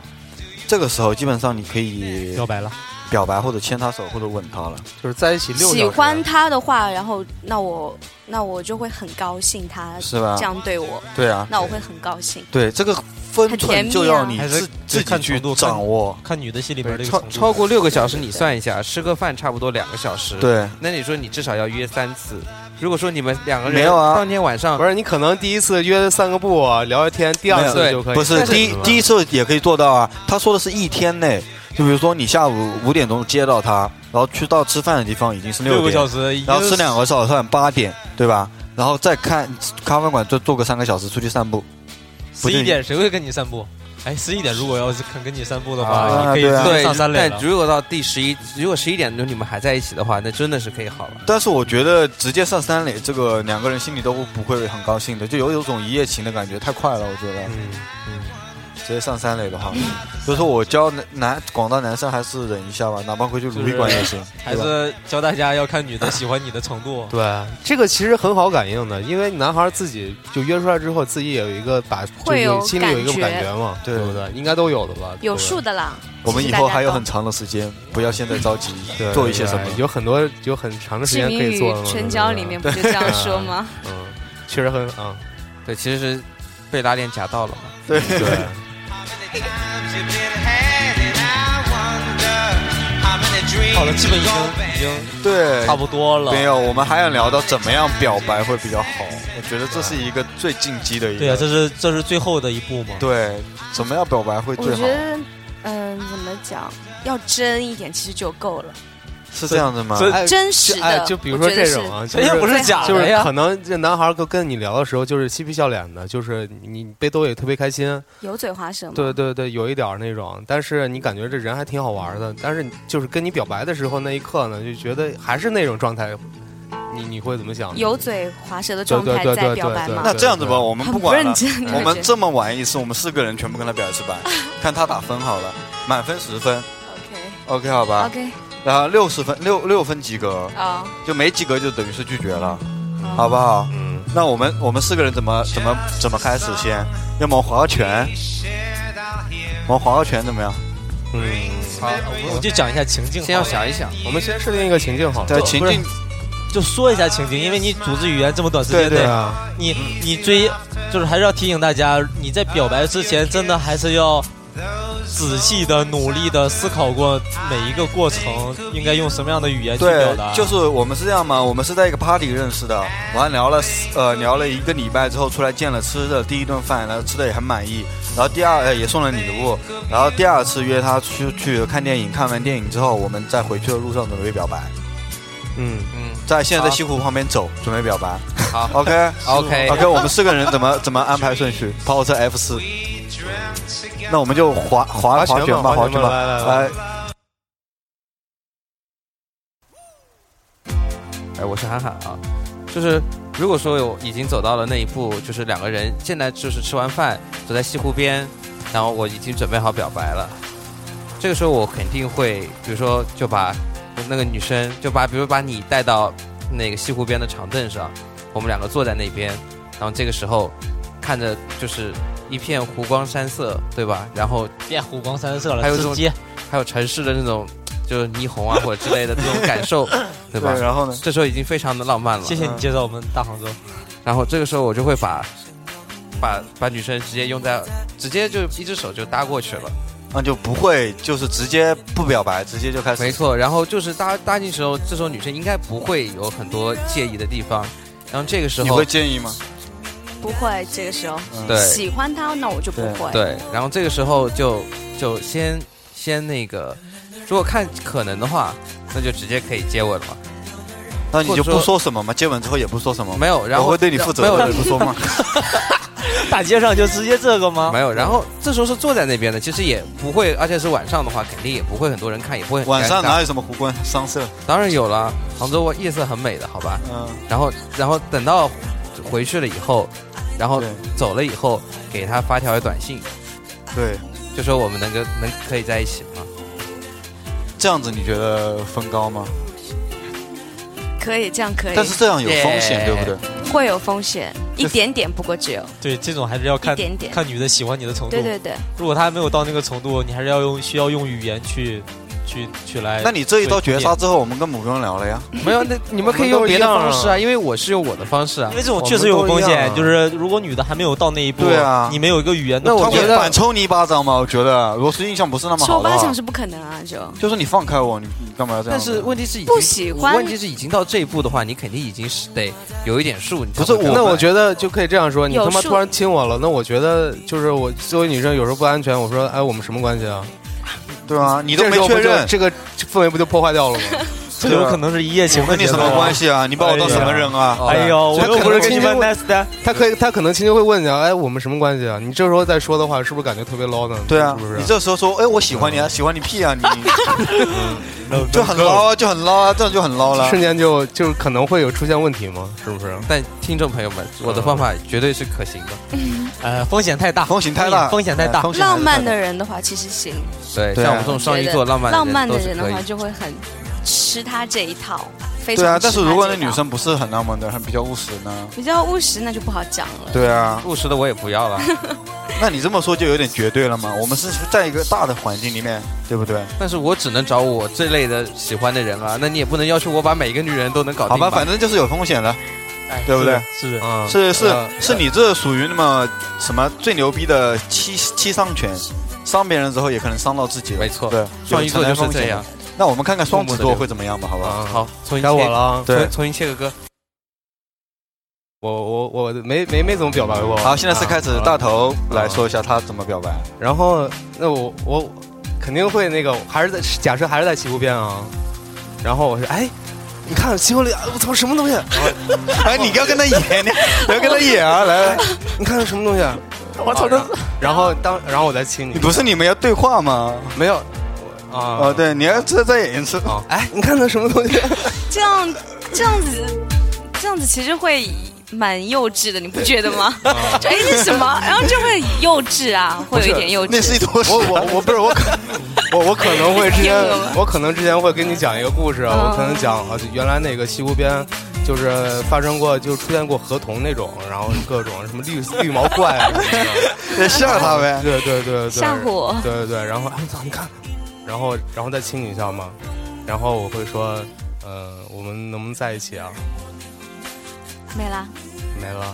这个时候基本上你可以
表白了，
表白或者牵她手或者吻她了。
就是在一起六
喜
小时啊
欢他的话，然后那我那我就会很高兴，他
是吧
呃这样对我，
对啊，
那我会很高兴。
对这个分
很甜
寸
蜜啊
就要你
还是
自自己
看
去
程度看
掌握。
看女的心里边这个
超
程度
超过六个小时，你算一下，吃个饭差不多两个小时。。
对，
那你说你至少要约三次。如果说你们两个人
没有啊
当天晚上
不是你可能第一次约散个步啊，聊聊天，第二次
没有
就可以。
不是
但是
第一第一次也可以做到啊。他说的是一天内，就比如说你下午五点钟接到他，然后去到吃饭的地方已经是
六个
点，
小时，已经
然后吃两个早饭八点，对吧？然后再看咖啡馆坐坐个三个小时出去散步，
十一点，谁会跟你散步？哎，十一点如果要是肯跟你散步的话，
啊
你可以直接
对
上山，垒
但
了。
如果到第十一，如果十一点钟你们还在一起的话，那真的是可以好了。
但是我觉得直接上三垒，这个两个人心里都不会很高兴的，就有有种一夜情的感觉，太快了，我觉得。嗯直接上三垒的话，所以说我教男男广大男生还是忍一下吧，哪怕回去撸一管也行，
还
对吧
是教大家要看女的喜欢你的程度。
对，啊这个其实很好感应的，因为男孩自己就约出来之后，自己也有一个把，就
会有
是心里有一个
感觉
感觉嘛，对不对？应该都有的吧？
有
对
数的啦。
我们以后还有很长的时间，不要现在着急
对
做一些什么
对。有很多有很长的时
志
间
明
可以
与
做的嘛。
唇角
对
里
吧
面，不就这样说吗？
嗯，确实很啊，
对，其实是被拉链夹到了嘛。
对。
好了，基本已经已经
对，
差不多了。
没有，我们还想聊到怎么样表白会比较好。我觉得这是一个最进击的一个。
对啊，这是这是最后的一步嘛。
对，怎么样表白会
我
最
觉
好？
得，嗯、怎么讲，要真一点其实就够了，
是这样的吗？
这
真实
就
的。
哎，就比如说
我觉
这
得是
种啊，就
哎
人家
是
不是假
就
哎
的
是
呀
可，能这男孩跟跟你聊的时候，就是嬉皮笑脸的，就是你你被逗也特别开心，
油嘴滑舌嘛。
对对对，有一点儿那种。但是你感觉这人还挺好玩的，但是你就是跟你表白的时候那一刻呢，就觉得还是那种状态，你你会怎么想？
油嘴滑舌的状
对
态
对对
在
对
表白
对
嘛
对
那，这样子吧，我们
很
不
不
管
认
了。
真。
我们
感觉
这么玩一次，我们四个人全部跟他表一次白，看他打分好了，满分十分
OK
，OK 好吧？
OK
然后六十分，六六分及格，
啊、
就没及格就等于是拒绝了，好不好？嗯。那我们我们四个人怎么怎么怎么开始先？要么划个拳，我们划个拳怎么样？
嗯，
好，
我就讲一下情境好了，
先要想一想，
我们先设定一个情境好了。
在情
不是
境
就说一下情境，因为你组织语言这么短时
对
间
对
内，
啊，
你你追，就是还是要提醒大家，你在表白之前，真的还是要仔细的、努力的思考过每一个过程，应该用什么样的语啊言去表
对
达。，
就是我们是这样嘛，我们是在一个 party 认识的，完聊了呃聊了一个礼拜之后出来见了吃的第一顿饭，然后吃的也很满意，然后第二、呃、也送了礼物，然后第二次约他出去看电影，看完电影之后，我们在回去的路上准备表白，
嗯，
嗯
在现在在
好
西湖旁边走，准备表白。
好
OK
，OK，
OK，我们四个人怎么怎么安排顺序？跑车 F 四，那我们就划划划
划拳
拳吧，
吧
划
划
拳
拳
吧
吧来来，来
来，
哎，我是涵涵啊，就是如果说有已经走到了那一步，就是两个人现在就是吃完饭走在西湖边，然后我已经准备好表白了，这个时候我肯定会，比如说就把那个女生就把，比如把你带到那个西湖边的长凳上，我们两个坐在那边，然后这个时候看着就是一片湖光山色，对吧？然后
变湖哎光山色了，
还有这
直
种
接
还有城市的那种就是霓虹啊或者之类的这种感 受，对吧
对，？然后呢？
这时候已经非常的浪漫了。
谢谢你介绍我们大杭州，
然后这个时候我就会把把把女生直接用在，直接就一只手就搭过去了。
那就不会就是直接不表白，直接就开始。
没错，然后就是搭搭进去的时候，这时候女生应该不会有很多介意的地方。然后这个时
你
候
会，介意吗？
不会，这个时候
对
喜欢他，那我就不
对
会。
对，然后这个时候就就先先那个，如果看可能的话，那就直接可以接吻了。
那你
或者
就不
说
说什么吗？接吻之后也不说什么吗？
没有，然后
我会对你负责
没有
的，你不说吗？
大街上就直接这个
啊
吗？
没有，然后这时候是坐在那边的，其实也不会，而且是晚上的话，肯定也不会很多人看，也不会很
晚上
尴尬
哪有什么湖 光山色？
当然有了，杭州夜色很美的，好吧？
嗯，
然后然后等到回去了以后，然后
对
走了以后，给他发条短信，
对，
就说我们能够能可以在一起吗？
这样子你觉得分高吗？
可以这样可以
但，是这样有风险，
耶
对不对？
会有风险，一点点，不过只有
对，这种还是要看
一点点。
看女的喜欢你的程度。
对对对，
如果她还没有到那个程度，你还是要用需要用语言去去去来。
那你这一刀绝杀之后，我们跟母不用聊了呀。
没有，那你们可以用别的方式啊，因为我是用我的方式啊
因为。这种确实有风险，就是如果女的还没有到那一步，
啊对啊
你没有一个语言的
那我
他
框
觉
架，
会
得
反抽你一巴掌吗？我觉得，如果是印象不是那么
抽
好的
巴掌
话，
是不可能啊，就
就是你放开我，你你干嘛要这样
但
子？
是问题是已经
不喜欢
问题是已经到这一步的话，你肯定已经是得有一点数。你才
不是
会
我
那我
们
觉得就可以这样说，你
有
他妈
数
突然亲我了，那我觉得就是我作为女生有时候不安全，我说哎，我们什么关系啊？
对啊，你都
这
没
时候不
确
就
认，
这个氛围不就破 坏掉了吗？
这有可能是一夜情
我跟你
节
什
奏
么
啊
关？系啊？你把我当什么人啊？
哎呦，我
这
又
可
不是
能
跟你们
跟你
nice 的，
他可以，他可能轻轻会问你啊，哎，我们什么关系啊？你这时候再说的话，是不是感觉特别 low 呢？
对啊
是不，
你
是？
这时候说，哎，我喜欢你啊，喜欢你屁啊，你就很捞啊，就很捞啊，这样就很捞了。
瞬间就就是可能会有出现问题吗？是不是？
但听众朋友们，我的方法绝对是可行的。
呃，风险太大，
风险太大，
风险太
哎
大。
风险太大
浪漫的人的话，其实行。
对，
对啊
像我们这种双鱼座浪漫
浪漫
的
的
人
人
都
的
是可
话，
以。
就会很吃他这一套，非常
对啊，
吃
但是
他
如果
这
那
一
女
套
生不是很浪漫的，很比较务实呢？
比较务实，那就不好讲了。
对啊，
务实的我也不 要了，
那你这么说就有点绝对了嘛。我们是在一个大的环境里面，对不对？
但是我只能找我这类的喜欢的人啊。那你也不能要求我把每个女人都能搞定
好吧，反正就是有风险的，对不对？
是的？是的，
啊，
是是
呃
是你这属于那么什么最牛逼的七七伤拳，伤别人之后也可能伤到自己。
没错
对，
双鱼座
有
就
承
是
担风险
这样。。
那我们看看双子座会怎么样吧，好不好？
啊，
好，重新
该
切
我了，啊。
对
重，重新切个歌。
我我我没没没怎么表白过。
好，现在是开始大头来
啊
说一下他怎么表白。
然后那我我肯定会那个，还是在假设还是在西湖边啊。然后我说，哎，你看西湖里，哎我操，什么东西？
哎，你要跟他演， 你你要跟他演啊！来，来
你看什么东西？ 我操，这。然后当然后我再亲
你
你，
不是你们要对话吗？
没有
哦，
我啊
对，你要再再演一哦次。
啊！哎，你看那什么东西？
这样这样子，这样子其实会蛮幼稚的，你不觉得吗？ 就哎，这什么？然后就会很幼稚啊，会有一点幼稚。
那是一坨屎。
我我我不是 我可我我可能会之前
你听过吗
我可能之前会跟你讲一个故事，
嗯
我可能讲啊，就原来那个西湖边。就是发生过，就出现过合同那种，然后各种什么绿绿毛怪啊，什么的
吓他 呗。
对对对对，
吓唬我
对对对，然后哎我操，你看，然后然后再亲你一下嘛，然后我会说，呃，我们能不能在一起啊？
没啦，
没了，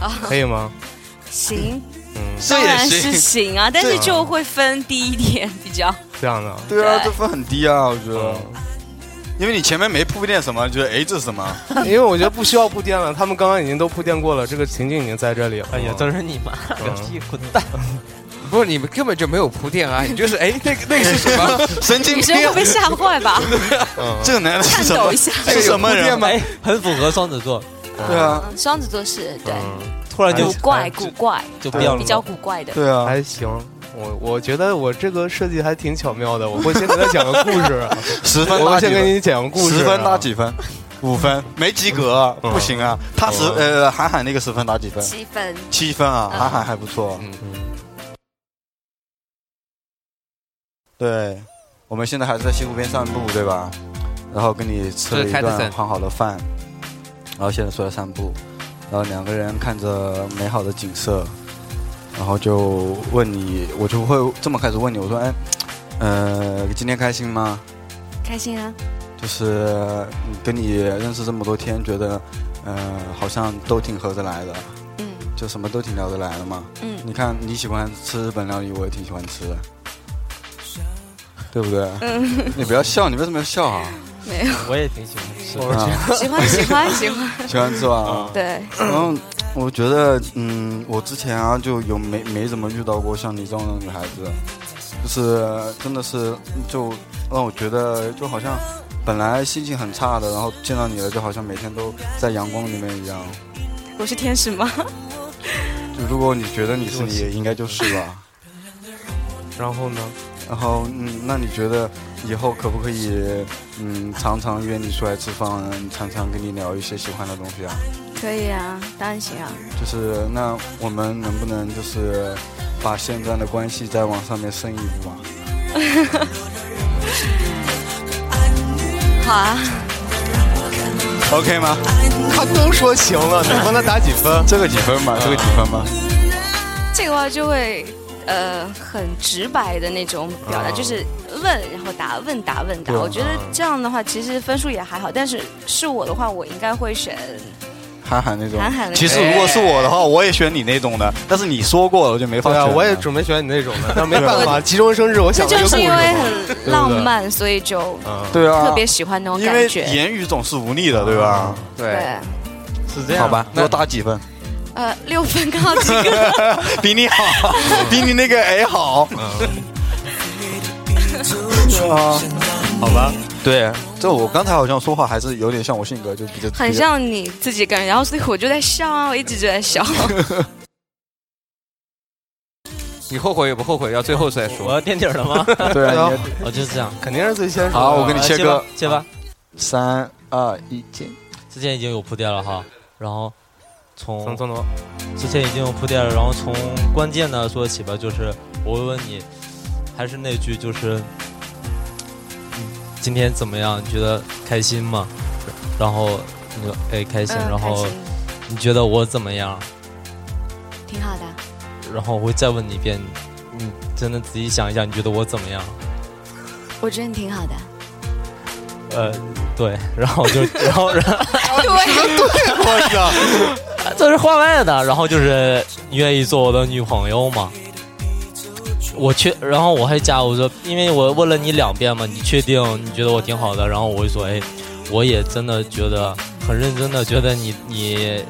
啊、
可以吗？
行，
嗯，
当然是行啊，但
对
是
啊
就会分低一点 比较。
这样的，
对啊，
对
这分很低啊，我觉得
嗯，
因为你前面没铺垫什么，就是哎这是什么？
因为我觉得不需要铺垫了，他们刚刚已经都铺垫过了，这个情境已经在这里了。
哎呀，都是你妈个
嗯
屁，滚蛋！
不是你们根本就没有铺垫啊，你就是哎，那个那个是什么？
神经
女
病
生！会被吓坏吧？
这个男的是
颤
什
抖
么
一？下。
是什么人？
哎，很符合双子座，
对啊，嗯
嗯双子座是对
嗯
突然就
古怪
哎
古怪，
就变了，
比较古怪的。
对啊，
还行，我我觉得我这个设计还挺巧妙的。我会先给他讲个故事，啊
十分
我
拉
会
几
先给
分？
你讲个故事。啊
十分打几分？五分，没及格啊，
嗯
不行啊！他十呃，韩寒那个十分打几分？
七分，
七分啊，
嗯
韩寒还不错。
嗯
对，我们现在还是在西湖边散步，对吧？然后跟你吃了
这
一
是开的
顿
伞
很好的饭，然后现在出来散步，然后两个人看着美好的景色，然后就问你，我就会这么开始问你，我说，哎，呃，今天开心吗？
开心啊！
就是嗯跟你认识这么多天，觉得，呃，好像都挺合得来的，
嗯
就什么都挺聊得来的嘛。
嗯
你看你喜欢吃日本料理，我也挺喜欢吃的，对不对？ 你不要笑，你为什么要笑啊？
我也挺喜欢吃的。
啊
喜欢喜欢喜欢，
喜欢吃吧？
对，
然后我觉得，嗯，我之前啊就有没没怎么遇到过像你这种女孩子，就是真的是就让我觉得就好像本来心情很差的，然后见到你了，就好像每天都在阳光里面一样。
我是天使吗？
就如果你觉得你是你，也应该就是吧。
然后呢？
然后，嗯，那你觉得以后可不可以，嗯，常常约你出来吃饭，嗯常常跟你聊一些喜欢的东西啊？
可以啊，当然行啊。
就是那我们能不能就是把现在的关系再往上面升一步啊？
好啊，
OK 吗？
他都说行了，你帮他打几分？啊
这个几分吧？这个几分吧？
这个话就会呃很直白的那种表达，就是问然后答，问答问答。
啊对啊
我觉得这样的话其实分数也还好，但是是我的话，我应该会选
韩寒那种。
韩寒的。
啊其实如果是我的话，我也选你那种的，但是你说过了，我就没法
对
选
啊，
了。啊
我也准备选你那种的，但没办法，急中生智，我
这
想了一
就
个故
是
事
因
嘛。
为很浪漫，所以就
嗯，
对啊，
特别喜欢那种
因
感
为
觉。
言语总是无力的，对吧？
对，
对，
是
啊
这样，
好吧，
那
多打几分，
呃，六分刚好及格。
比你好，比你那个 A 好。
啊，好吧，
对，这我刚才好像说话还是有点像我性格，就比较
很。像你自己感觉，然后所以我就在笑啊，我一直就在笑。
你后悔也不后悔，要最后再
我
说。
要垫底儿 了吗？
比较对啊，你也
我就这样。
肯定是最先说。
好，我跟你
啊
切割
吧，，切吧。
三二一，见。
之前已经有铺垫了哈，然后从
从从头，
之前已经有铺垫了，然后从关键的说起吧，就是我会问你，还是那句，就是嗯今天怎么样？你觉得开心吗？然后你说哎开心，然后你觉得我怎么样？
嗯挺好的，
然后我会再问你一遍，你真的仔细想一下，你觉得我怎么样？
我觉得你挺好 的。
呃，对，然后就 然后然后
对，
这是话外的，然后就是你愿意做我的女朋友吗？我确，然后我还加我说，因为我问了你两遍嘛，你确定你觉得我挺好的？然后我就说，哎，我也真的觉得很认真的觉得你你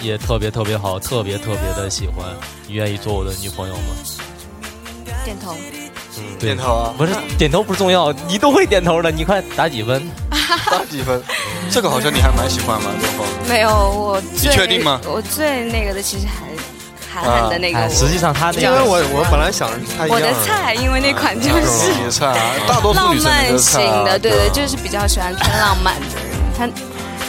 也特别特别好，特别特别的喜欢，你愿意做我的女朋友吗？
点头。
对
点头啊，
不是点头不是重要，你都会点头的，你快打几分？
打几分？这个好像你还蛮喜欢嘛，这个。
没有，我最
你确定吗
我最那个的其实还韩寒的那个，
哎，实际上他那
这
因
样
个
为我我本来想着是他一
我
样
的菜，因为那款就是是
你的菜啊，大多数
浪
女生
漫
的
型
菜啊
的，对对，就是比较喜欢偏浪漫的，他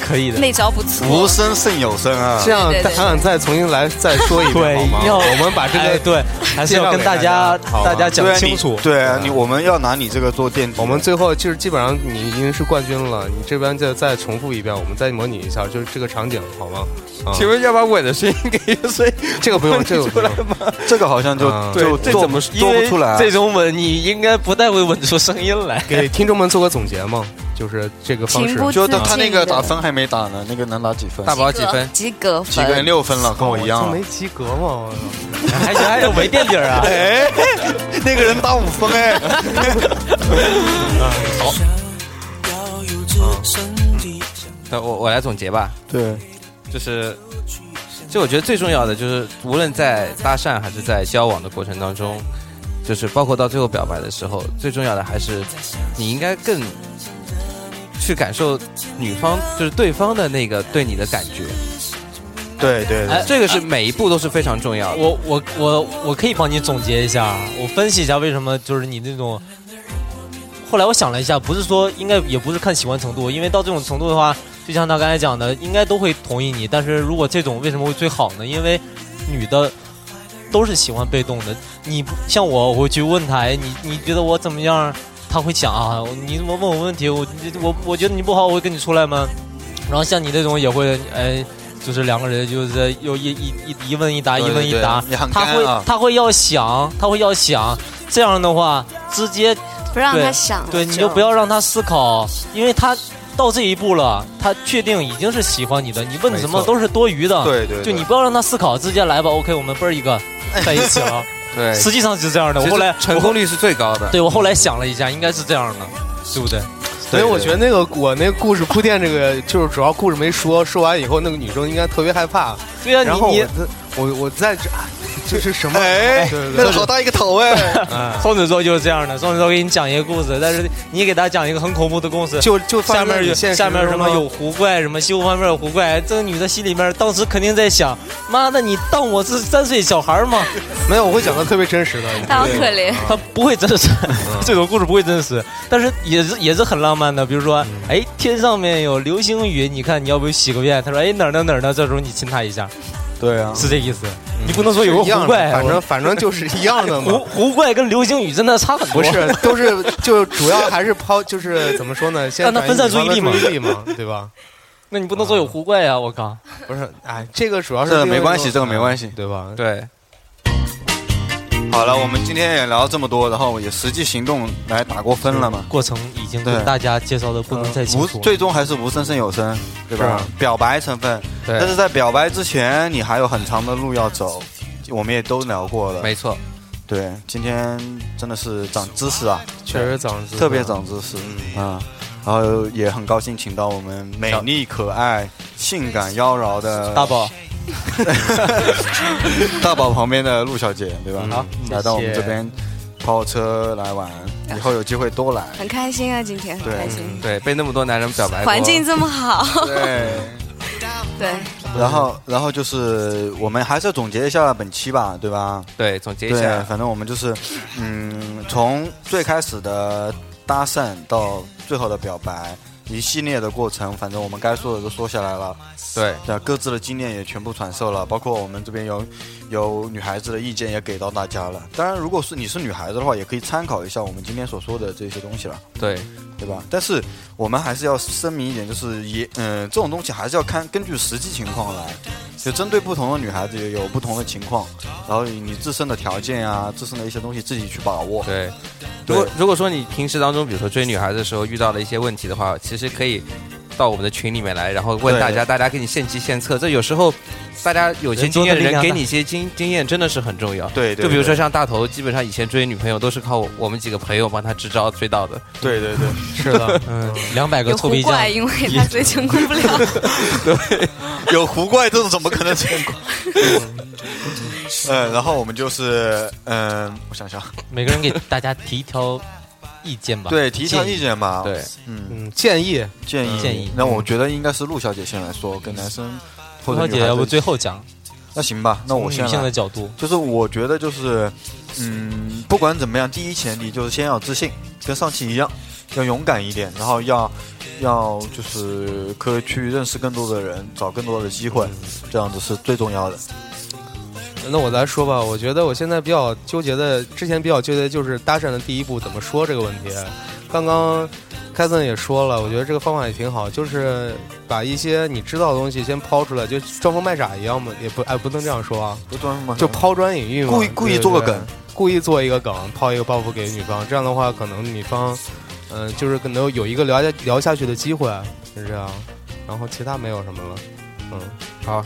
可以的，
那招不错。
无声胜有声啊
这。样
对对对
韩寒再重新来再说一遍
对
好吗？，
要
我们把这
哎
个
对，还是要跟大家
介绍给大家好吧
大家讲
对啊
清楚
你。对啊，你我们要拿你这个做垫底。
我们最后就是基本上你已经是冠军了，你这边再再重复一遍，我们再模拟一下，就是这个场景好吗？啊、
请问要把我的声音给谁
这个不用，这个不
出
用
来。吗？
这个好像就
嗯
就
这
做
怎么
做不出来啊
这种吻你应该不太会吻出声音来。
给听众们做个总结嘛，就是这个方
情
式。
不
就
自禁
他
的
他那个打分还没打呢，那个能打几分？
大宝几分？
及格
几个人
分，
六分了，跟我一样了。
这哦没及格嘛？
还行，还有没垫底儿啊？
哎， 那个人打五分哎，
那我我来总结吧。
对，
就是，就我觉得最重要的就是，无论在搭讪还是在交往的过程当中，就是包括到最后表白的时候，最重要的还是你应该更去感受女方，就是对方的那个对你的感觉，
对对对，
哎
这个是每一步都是非常重要的。
我我我我可以帮你总结一下，我分析一下为什么就是你那种。后来我想了一下，不是说应该也不是看喜欢程度，因为到这种程度的话，就像他刚才讲的，应该都会同意你。但是如果这种为什么会最好呢？因为女的都是喜欢被动的，你不像我，我会去问她，哎，你你觉得我怎么样？她会想啊，你怎么问我问题？我我我觉得你不好，我会跟你出来吗？然后像你这种也会，哎，就是两个人就是又一一一一问一答，一问一答，
你很
他
干
会
啊。
他会要想，他会要想，这样的话直接
不让
对
他想，啊
对你就不要让他思考，因为他到这一步了，他确定已经是喜欢你的，你问什么
没错
都是多余的。
对对，
就你不要让他思考，直接来吧。OK，我们啵儿 一个在一起了。
哎
对，
实际上是这样的。我
其实
后来
成
我
功率是最高的。
对我后来想了一下，应该是这样的，对不对？
所以我觉得那个我那个故事铺垫，这个就是主要故事没说，说完以后那个女生应该特别害怕。
对啊，
然后
你
我
你
我我在这，啊这是什么？
哎
对对
那
对
个好大一个头哎，
双子座就是这样的。双子座给你讲一个故事，但是你给他讲一个很恐怖的故事，
就就放
下
在
面有
你现实
下面什么
中
有狐怪，什么西湖方面有狐怪，这个女的心里面当时肯定在想，妈的，你当我是三岁小孩吗？
没有？我会讲的特别真实的。
他好可怜。
她不会真实，
啊
这种故事不会真实，但是也是也是很浪漫的。比
嗯
如说，哎，天上面有流星雨，你看你要不洗个遍？她说，哎哪儿呢哪儿呢？这时候你亲她一下，
对啊，
是这意思。你不能说有个
嗯一样的
狐怪，啊
反正反正就是一样的嘛
狐。狐怪跟流星雨真的差很多。
不是，都是就主要还是抛，就是怎么说呢？先
让他
转移
分
女
散
方
注意力嘛
的注意力嘛，对吧？
那你不能说有狐怪呀、我靠！
不是，哎，这个主要是
这个
另外
没关系
一
这个没关系
对吧？
对，
好了，我们今天也聊了这么多，然后也实际行动来打过分了嘛。
过程已经
对
跟大家介绍的不能再
嗯
清
无
楚了。啊
最终还是无声胜有声，对吧？表白成分，
对
但是在表白之前，你还有很长的路要走，我们也都聊过了。
没错。
对，今天真的是长知识啊，
确实长知识
特别长知识啊、然后也很高兴请到我们美丽可爱、性感妖娆的
大 宝，
大宝旁边的陆小姐，对吧？
嗯
好来到我们这边。泡车来玩，以后有机会多来。
很开心啊，今天很
对
开心，
对，被那么多男人表白过，
环境这么好，
对，
对，
然后然后就是我们还是总结一下本期吧，对吧？
对，总结一
对，啊
下，
反正我们就是，嗯，从最开始的搭讪到最后的表白，一系列的过程，反正我们该说的都说下来了，
对
对，各自的经验也全部传授了，包括我们这边有有女孩子的意见也给到大家了。当然，如果是你是女孩子的话，也可以参考一下我们今天所说的这些东西了。
对
对吧？但是我们还是要声明一点，就是也嗯、这种东西还是要看根据实际情况来，就针对不同的女孩子也有不同的情况，然后你自身的条件啊，自身的一些东西自己去把握。
对。如
对
果如果说你平时当中，比如说追女孩子的时候遇到了一些问题的话，其实可以到我们的群里面来，然后问
对
大家，大家给你献计献策。这有时候大家有些
人多
经验的
的力
人
量
给
大
你一些经经验，真的是很重要。
对对
就比如说
对
像大头，基本上以前追女朋友都是靠我我们几个朋友帮他支招追到的。
对对对，
是的，嗯，两百个
有
臭
胡
皮匠，
怪，因为他嘴成功不了。
有狐怪这种怎么可能成功？ 嗯，然后我们就是嗯、我想想，
每个人给大家提一条意见吧。
对，提一下
建议
意见吧。
对，
嗯，
嗯，建议
建议
建议
那我觉得应该是陆小姐先来说，跟男生或者
涛
女
姐
孩
要不
子
最后讲，
那行吧，那我先
女性
来
的。角度，
就是我觉得就是，嗯，不管怎么样，第一前提就是先要有自信，跟上期一样，要勇敢一点，然后要要就是可以去认识更多的人，找更多的机会，这样子是最重要的。
那我来说吧，我觉得我现在比较纠结的，之前比较纠结就是搭讪的第一步怎么说这个问题。刚刚凯森也说了，我觉得这个方法也挺好，就是把一些你知道的东西先抛出来，就装疯卖傻一样嘛，也不哎不能这样说啊，
不专吗？
就抛砖引玉嘛，
嗯故意故意做个
对对对
梗，
故意做一个梗，抛一个包袱给女方，这样的话可能女方，嗯、就是可能有一个聊下聊下去的机会，是这样。然后其他没有什么了，嗯，
好，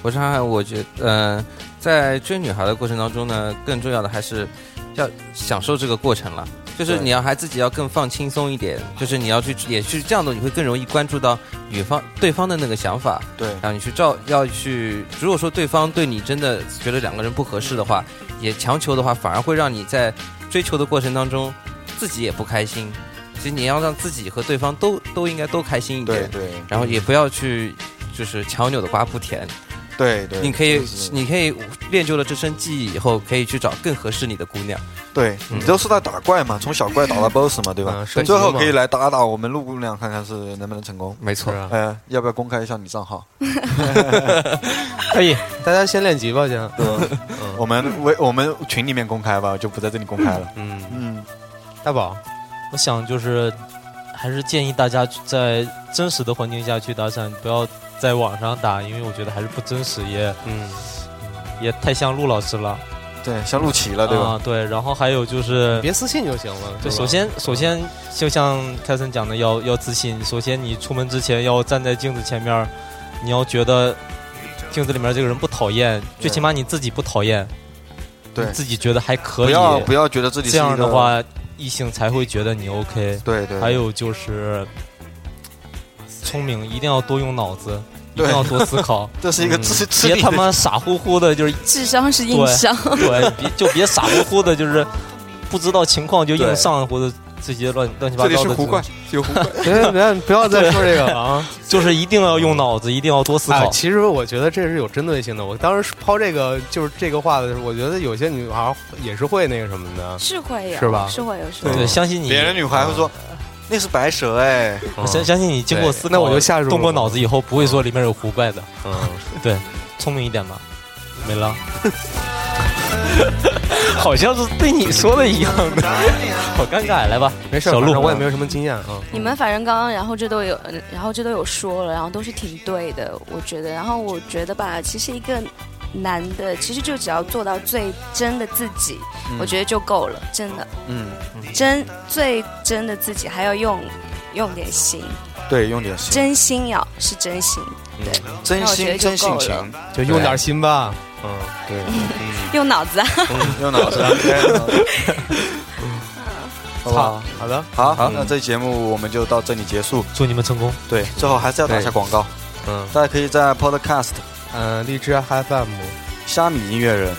我是涵涵，我觉得，呃，在追女孩的过程当中呢，更重要的还是要享受这个过程了。就是
对
你要还自己要更放轻松一点，就是你要去也去这样的，你会更容易关注到女方对方的那个想法，
对
然后你去照要去，如果说对方对你真的觉得两个人不合适的话，
嗯
也强求的话，反而会让你在追求的过程当中自己也不开心。其实你要让自己和对方都都应该都开心一点，
对对
然后也不要去就是强扭的瓜不甜，
对对，
你可以
就是
你可以练就了这身技艺以后，可以去找更合适你的姑娘。
对
嗯
你都是在打怪 嘛，从小怪打到 BOSS 嘛，对吧
嗯？升级
最后可以
嘛
来打打我们陆姑娘，看看是能不能成功。
没错
是啊
嗯
哎，要不要公开一下你账号？
可以，大家先练级吧，先，
嗯
我们微我们群里面公开吧，就不在这里公开了。
嗯，
嗯，
大宝，
我想就是还是建议大家在真实的环境下去搭讪，不要在网上打，因为我觉得还是不真实，也
嗯，
也太像陆老师了，
对，像陆琪了，对吧？
啊对，然后还有
嗯
就是
别私信就行了。
对，
是吧
首先，首先就像凯森讲的，要要自信。首先，你出门之前要站在镜子前面儿，你要觉得镜子里面这个人不讨厌，最起码你自己不讨厌，
对
你自己觉得还嗯可
不
以。
要不要觉得自己是
这样
一
的
个，
话，异性才会觉得你 OK。
对对，
还有就是聪明，一定要多用脑子，一
对，
定要多思考嗯
这 是一个智智
别
力
他
的
妈傻乎乎的，就是
智商是硬伤，
对，别就别傻乎乎的，就是不知道情况就硬上或者这些乱乱七八糟的。
有狐怪，
别别不要再说这个了啊！
就是一定要用脑子，一定要多思
哎
考。
其实我觉得这是有针对性的。我当时抛这个就是这个话的时候，我觉得有些女孩也是会那个什么的，
是会有，
是吧
是会有，是会有
对，相信你，
别人女孩会说那是白蛇哎，
嗯
相相信你经过思考，
那我就下入
动过脑子以后，不会说里面有狐怪的，
嗯，
聪明一点嘛。没了， 好像是对你说的一样的，好尴尬。来吧，
没事，
小
反
鹿
正我也没有什么经验啊。
你们反正刚刚，然后这都有，嗯然后这都有说了，然后都是挺对的，我觉得。然后我觉得吧，其实一个男的，其实就只要做到最真的自己，我觉得就够了，真的，
嗯，
真最真的自己，还要用用点心，
对，用点心，
真心要是真心，
真
那我觉
心
得就
真性
够了
情，
就用点心吧，嗯，
对，
用脑子啊。
用脑子，好不好？
好的，
好，那这节目我们就到这里结束。
祝你们成功。
对，最后还是要打
对
下广告，
嗯
大家可以在 Podcast、
嗯，荔枝 FM，
虾米音乐人、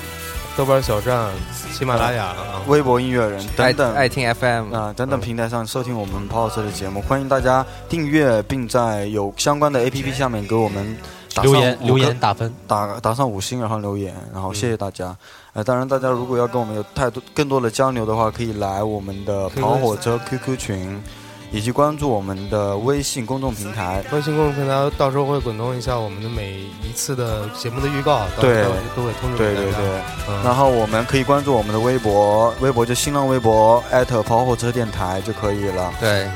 豆瓣小站、喜马拉雅啊，
微博音乐人等等
爱爱听 FM，、
啊、等等平台上收听我们泡泡车的节目，欢迎大家订阅，并在有相关的 APP 下面给我们打上
留言
五个
留言打分，
打打上五星，然后留言，然后谢谢大家。呃，当然大家如果要跟我们有太多更多的交流的话，可以来我们的跑火车 QQ 群，以及关注我们的微信公众平台。
微信公众平台到时候会滚动一下我们的每一次的节目的预告，到
对
时候都会通知
对
给
对
大家
对。
嗯
然后我们可以关注我们的微博，微博就新浪微博艾特跑火车电台就可以了。
对，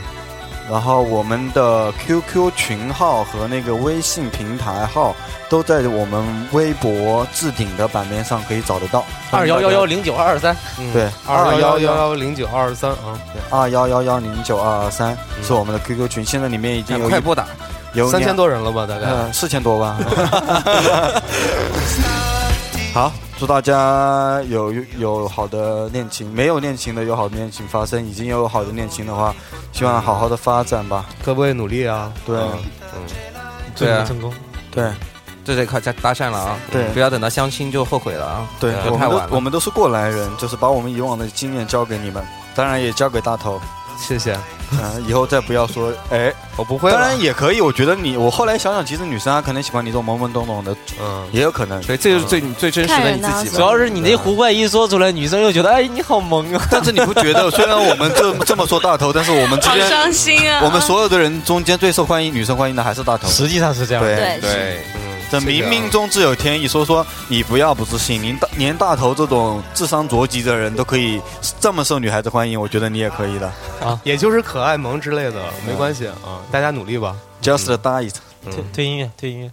然后我们的 QQ 群号和那个微信平台号都在我们微博置顶的版面上可以找得到。
二幺幺幺零九二二三，
对
嗯二幺幺
幺
幺零九二二三啊，
二幺幺幺零九二二三是我们的 QQ 群，现在里面已经有
嗯快
一
拨打，
有
三千
两
多人了吧？大概
呃四千多 吧。好，祝大家有有好的恋情，没有恋情的有好的恋情发生，已经有好的恋情的话，希望好好的发展吧。
各位努力啊！
对
嗯对啊，
成功。
对
这得靠加搭讪了啊，
对
不要等到相亲就后悔了啊，
对，
呃
我
太晚
们都我
了。
们都是过来人，就是把我们以往的经验交给你们，当然也交给大头。
谢谢，
嗯，以后再不要说哎，
我不会
当
了。
然也可以。我觉得你，我后来想想，其实女生啊她可能喜欢你这种懵懵懂懂的，
嗯，
也有可能。
对，这就是最最真实
看
的
人
你
呢
自己
主
怎
吧
么。
要是你那胡话一说出来，女生又觉得哎你好萌啊，
但是你不觉得， 虽然我们这这么说大头，但是我们之
好
间，
伤心啊！
我们所有的人中间最受欢迎、女生欢迎的还是啊大头。
实际上是这样。
对
对
对，
这冥冥中自有天意，所以说你不要不自信，您大连大头这种智商着急的人都可以这么受女孩子欢迎，我觉得你也可以的。
也就是
嗯
可爱萌之类的，没关系啊，大家努力吧。
嗯 Just die it。
推推音乐，推音乐。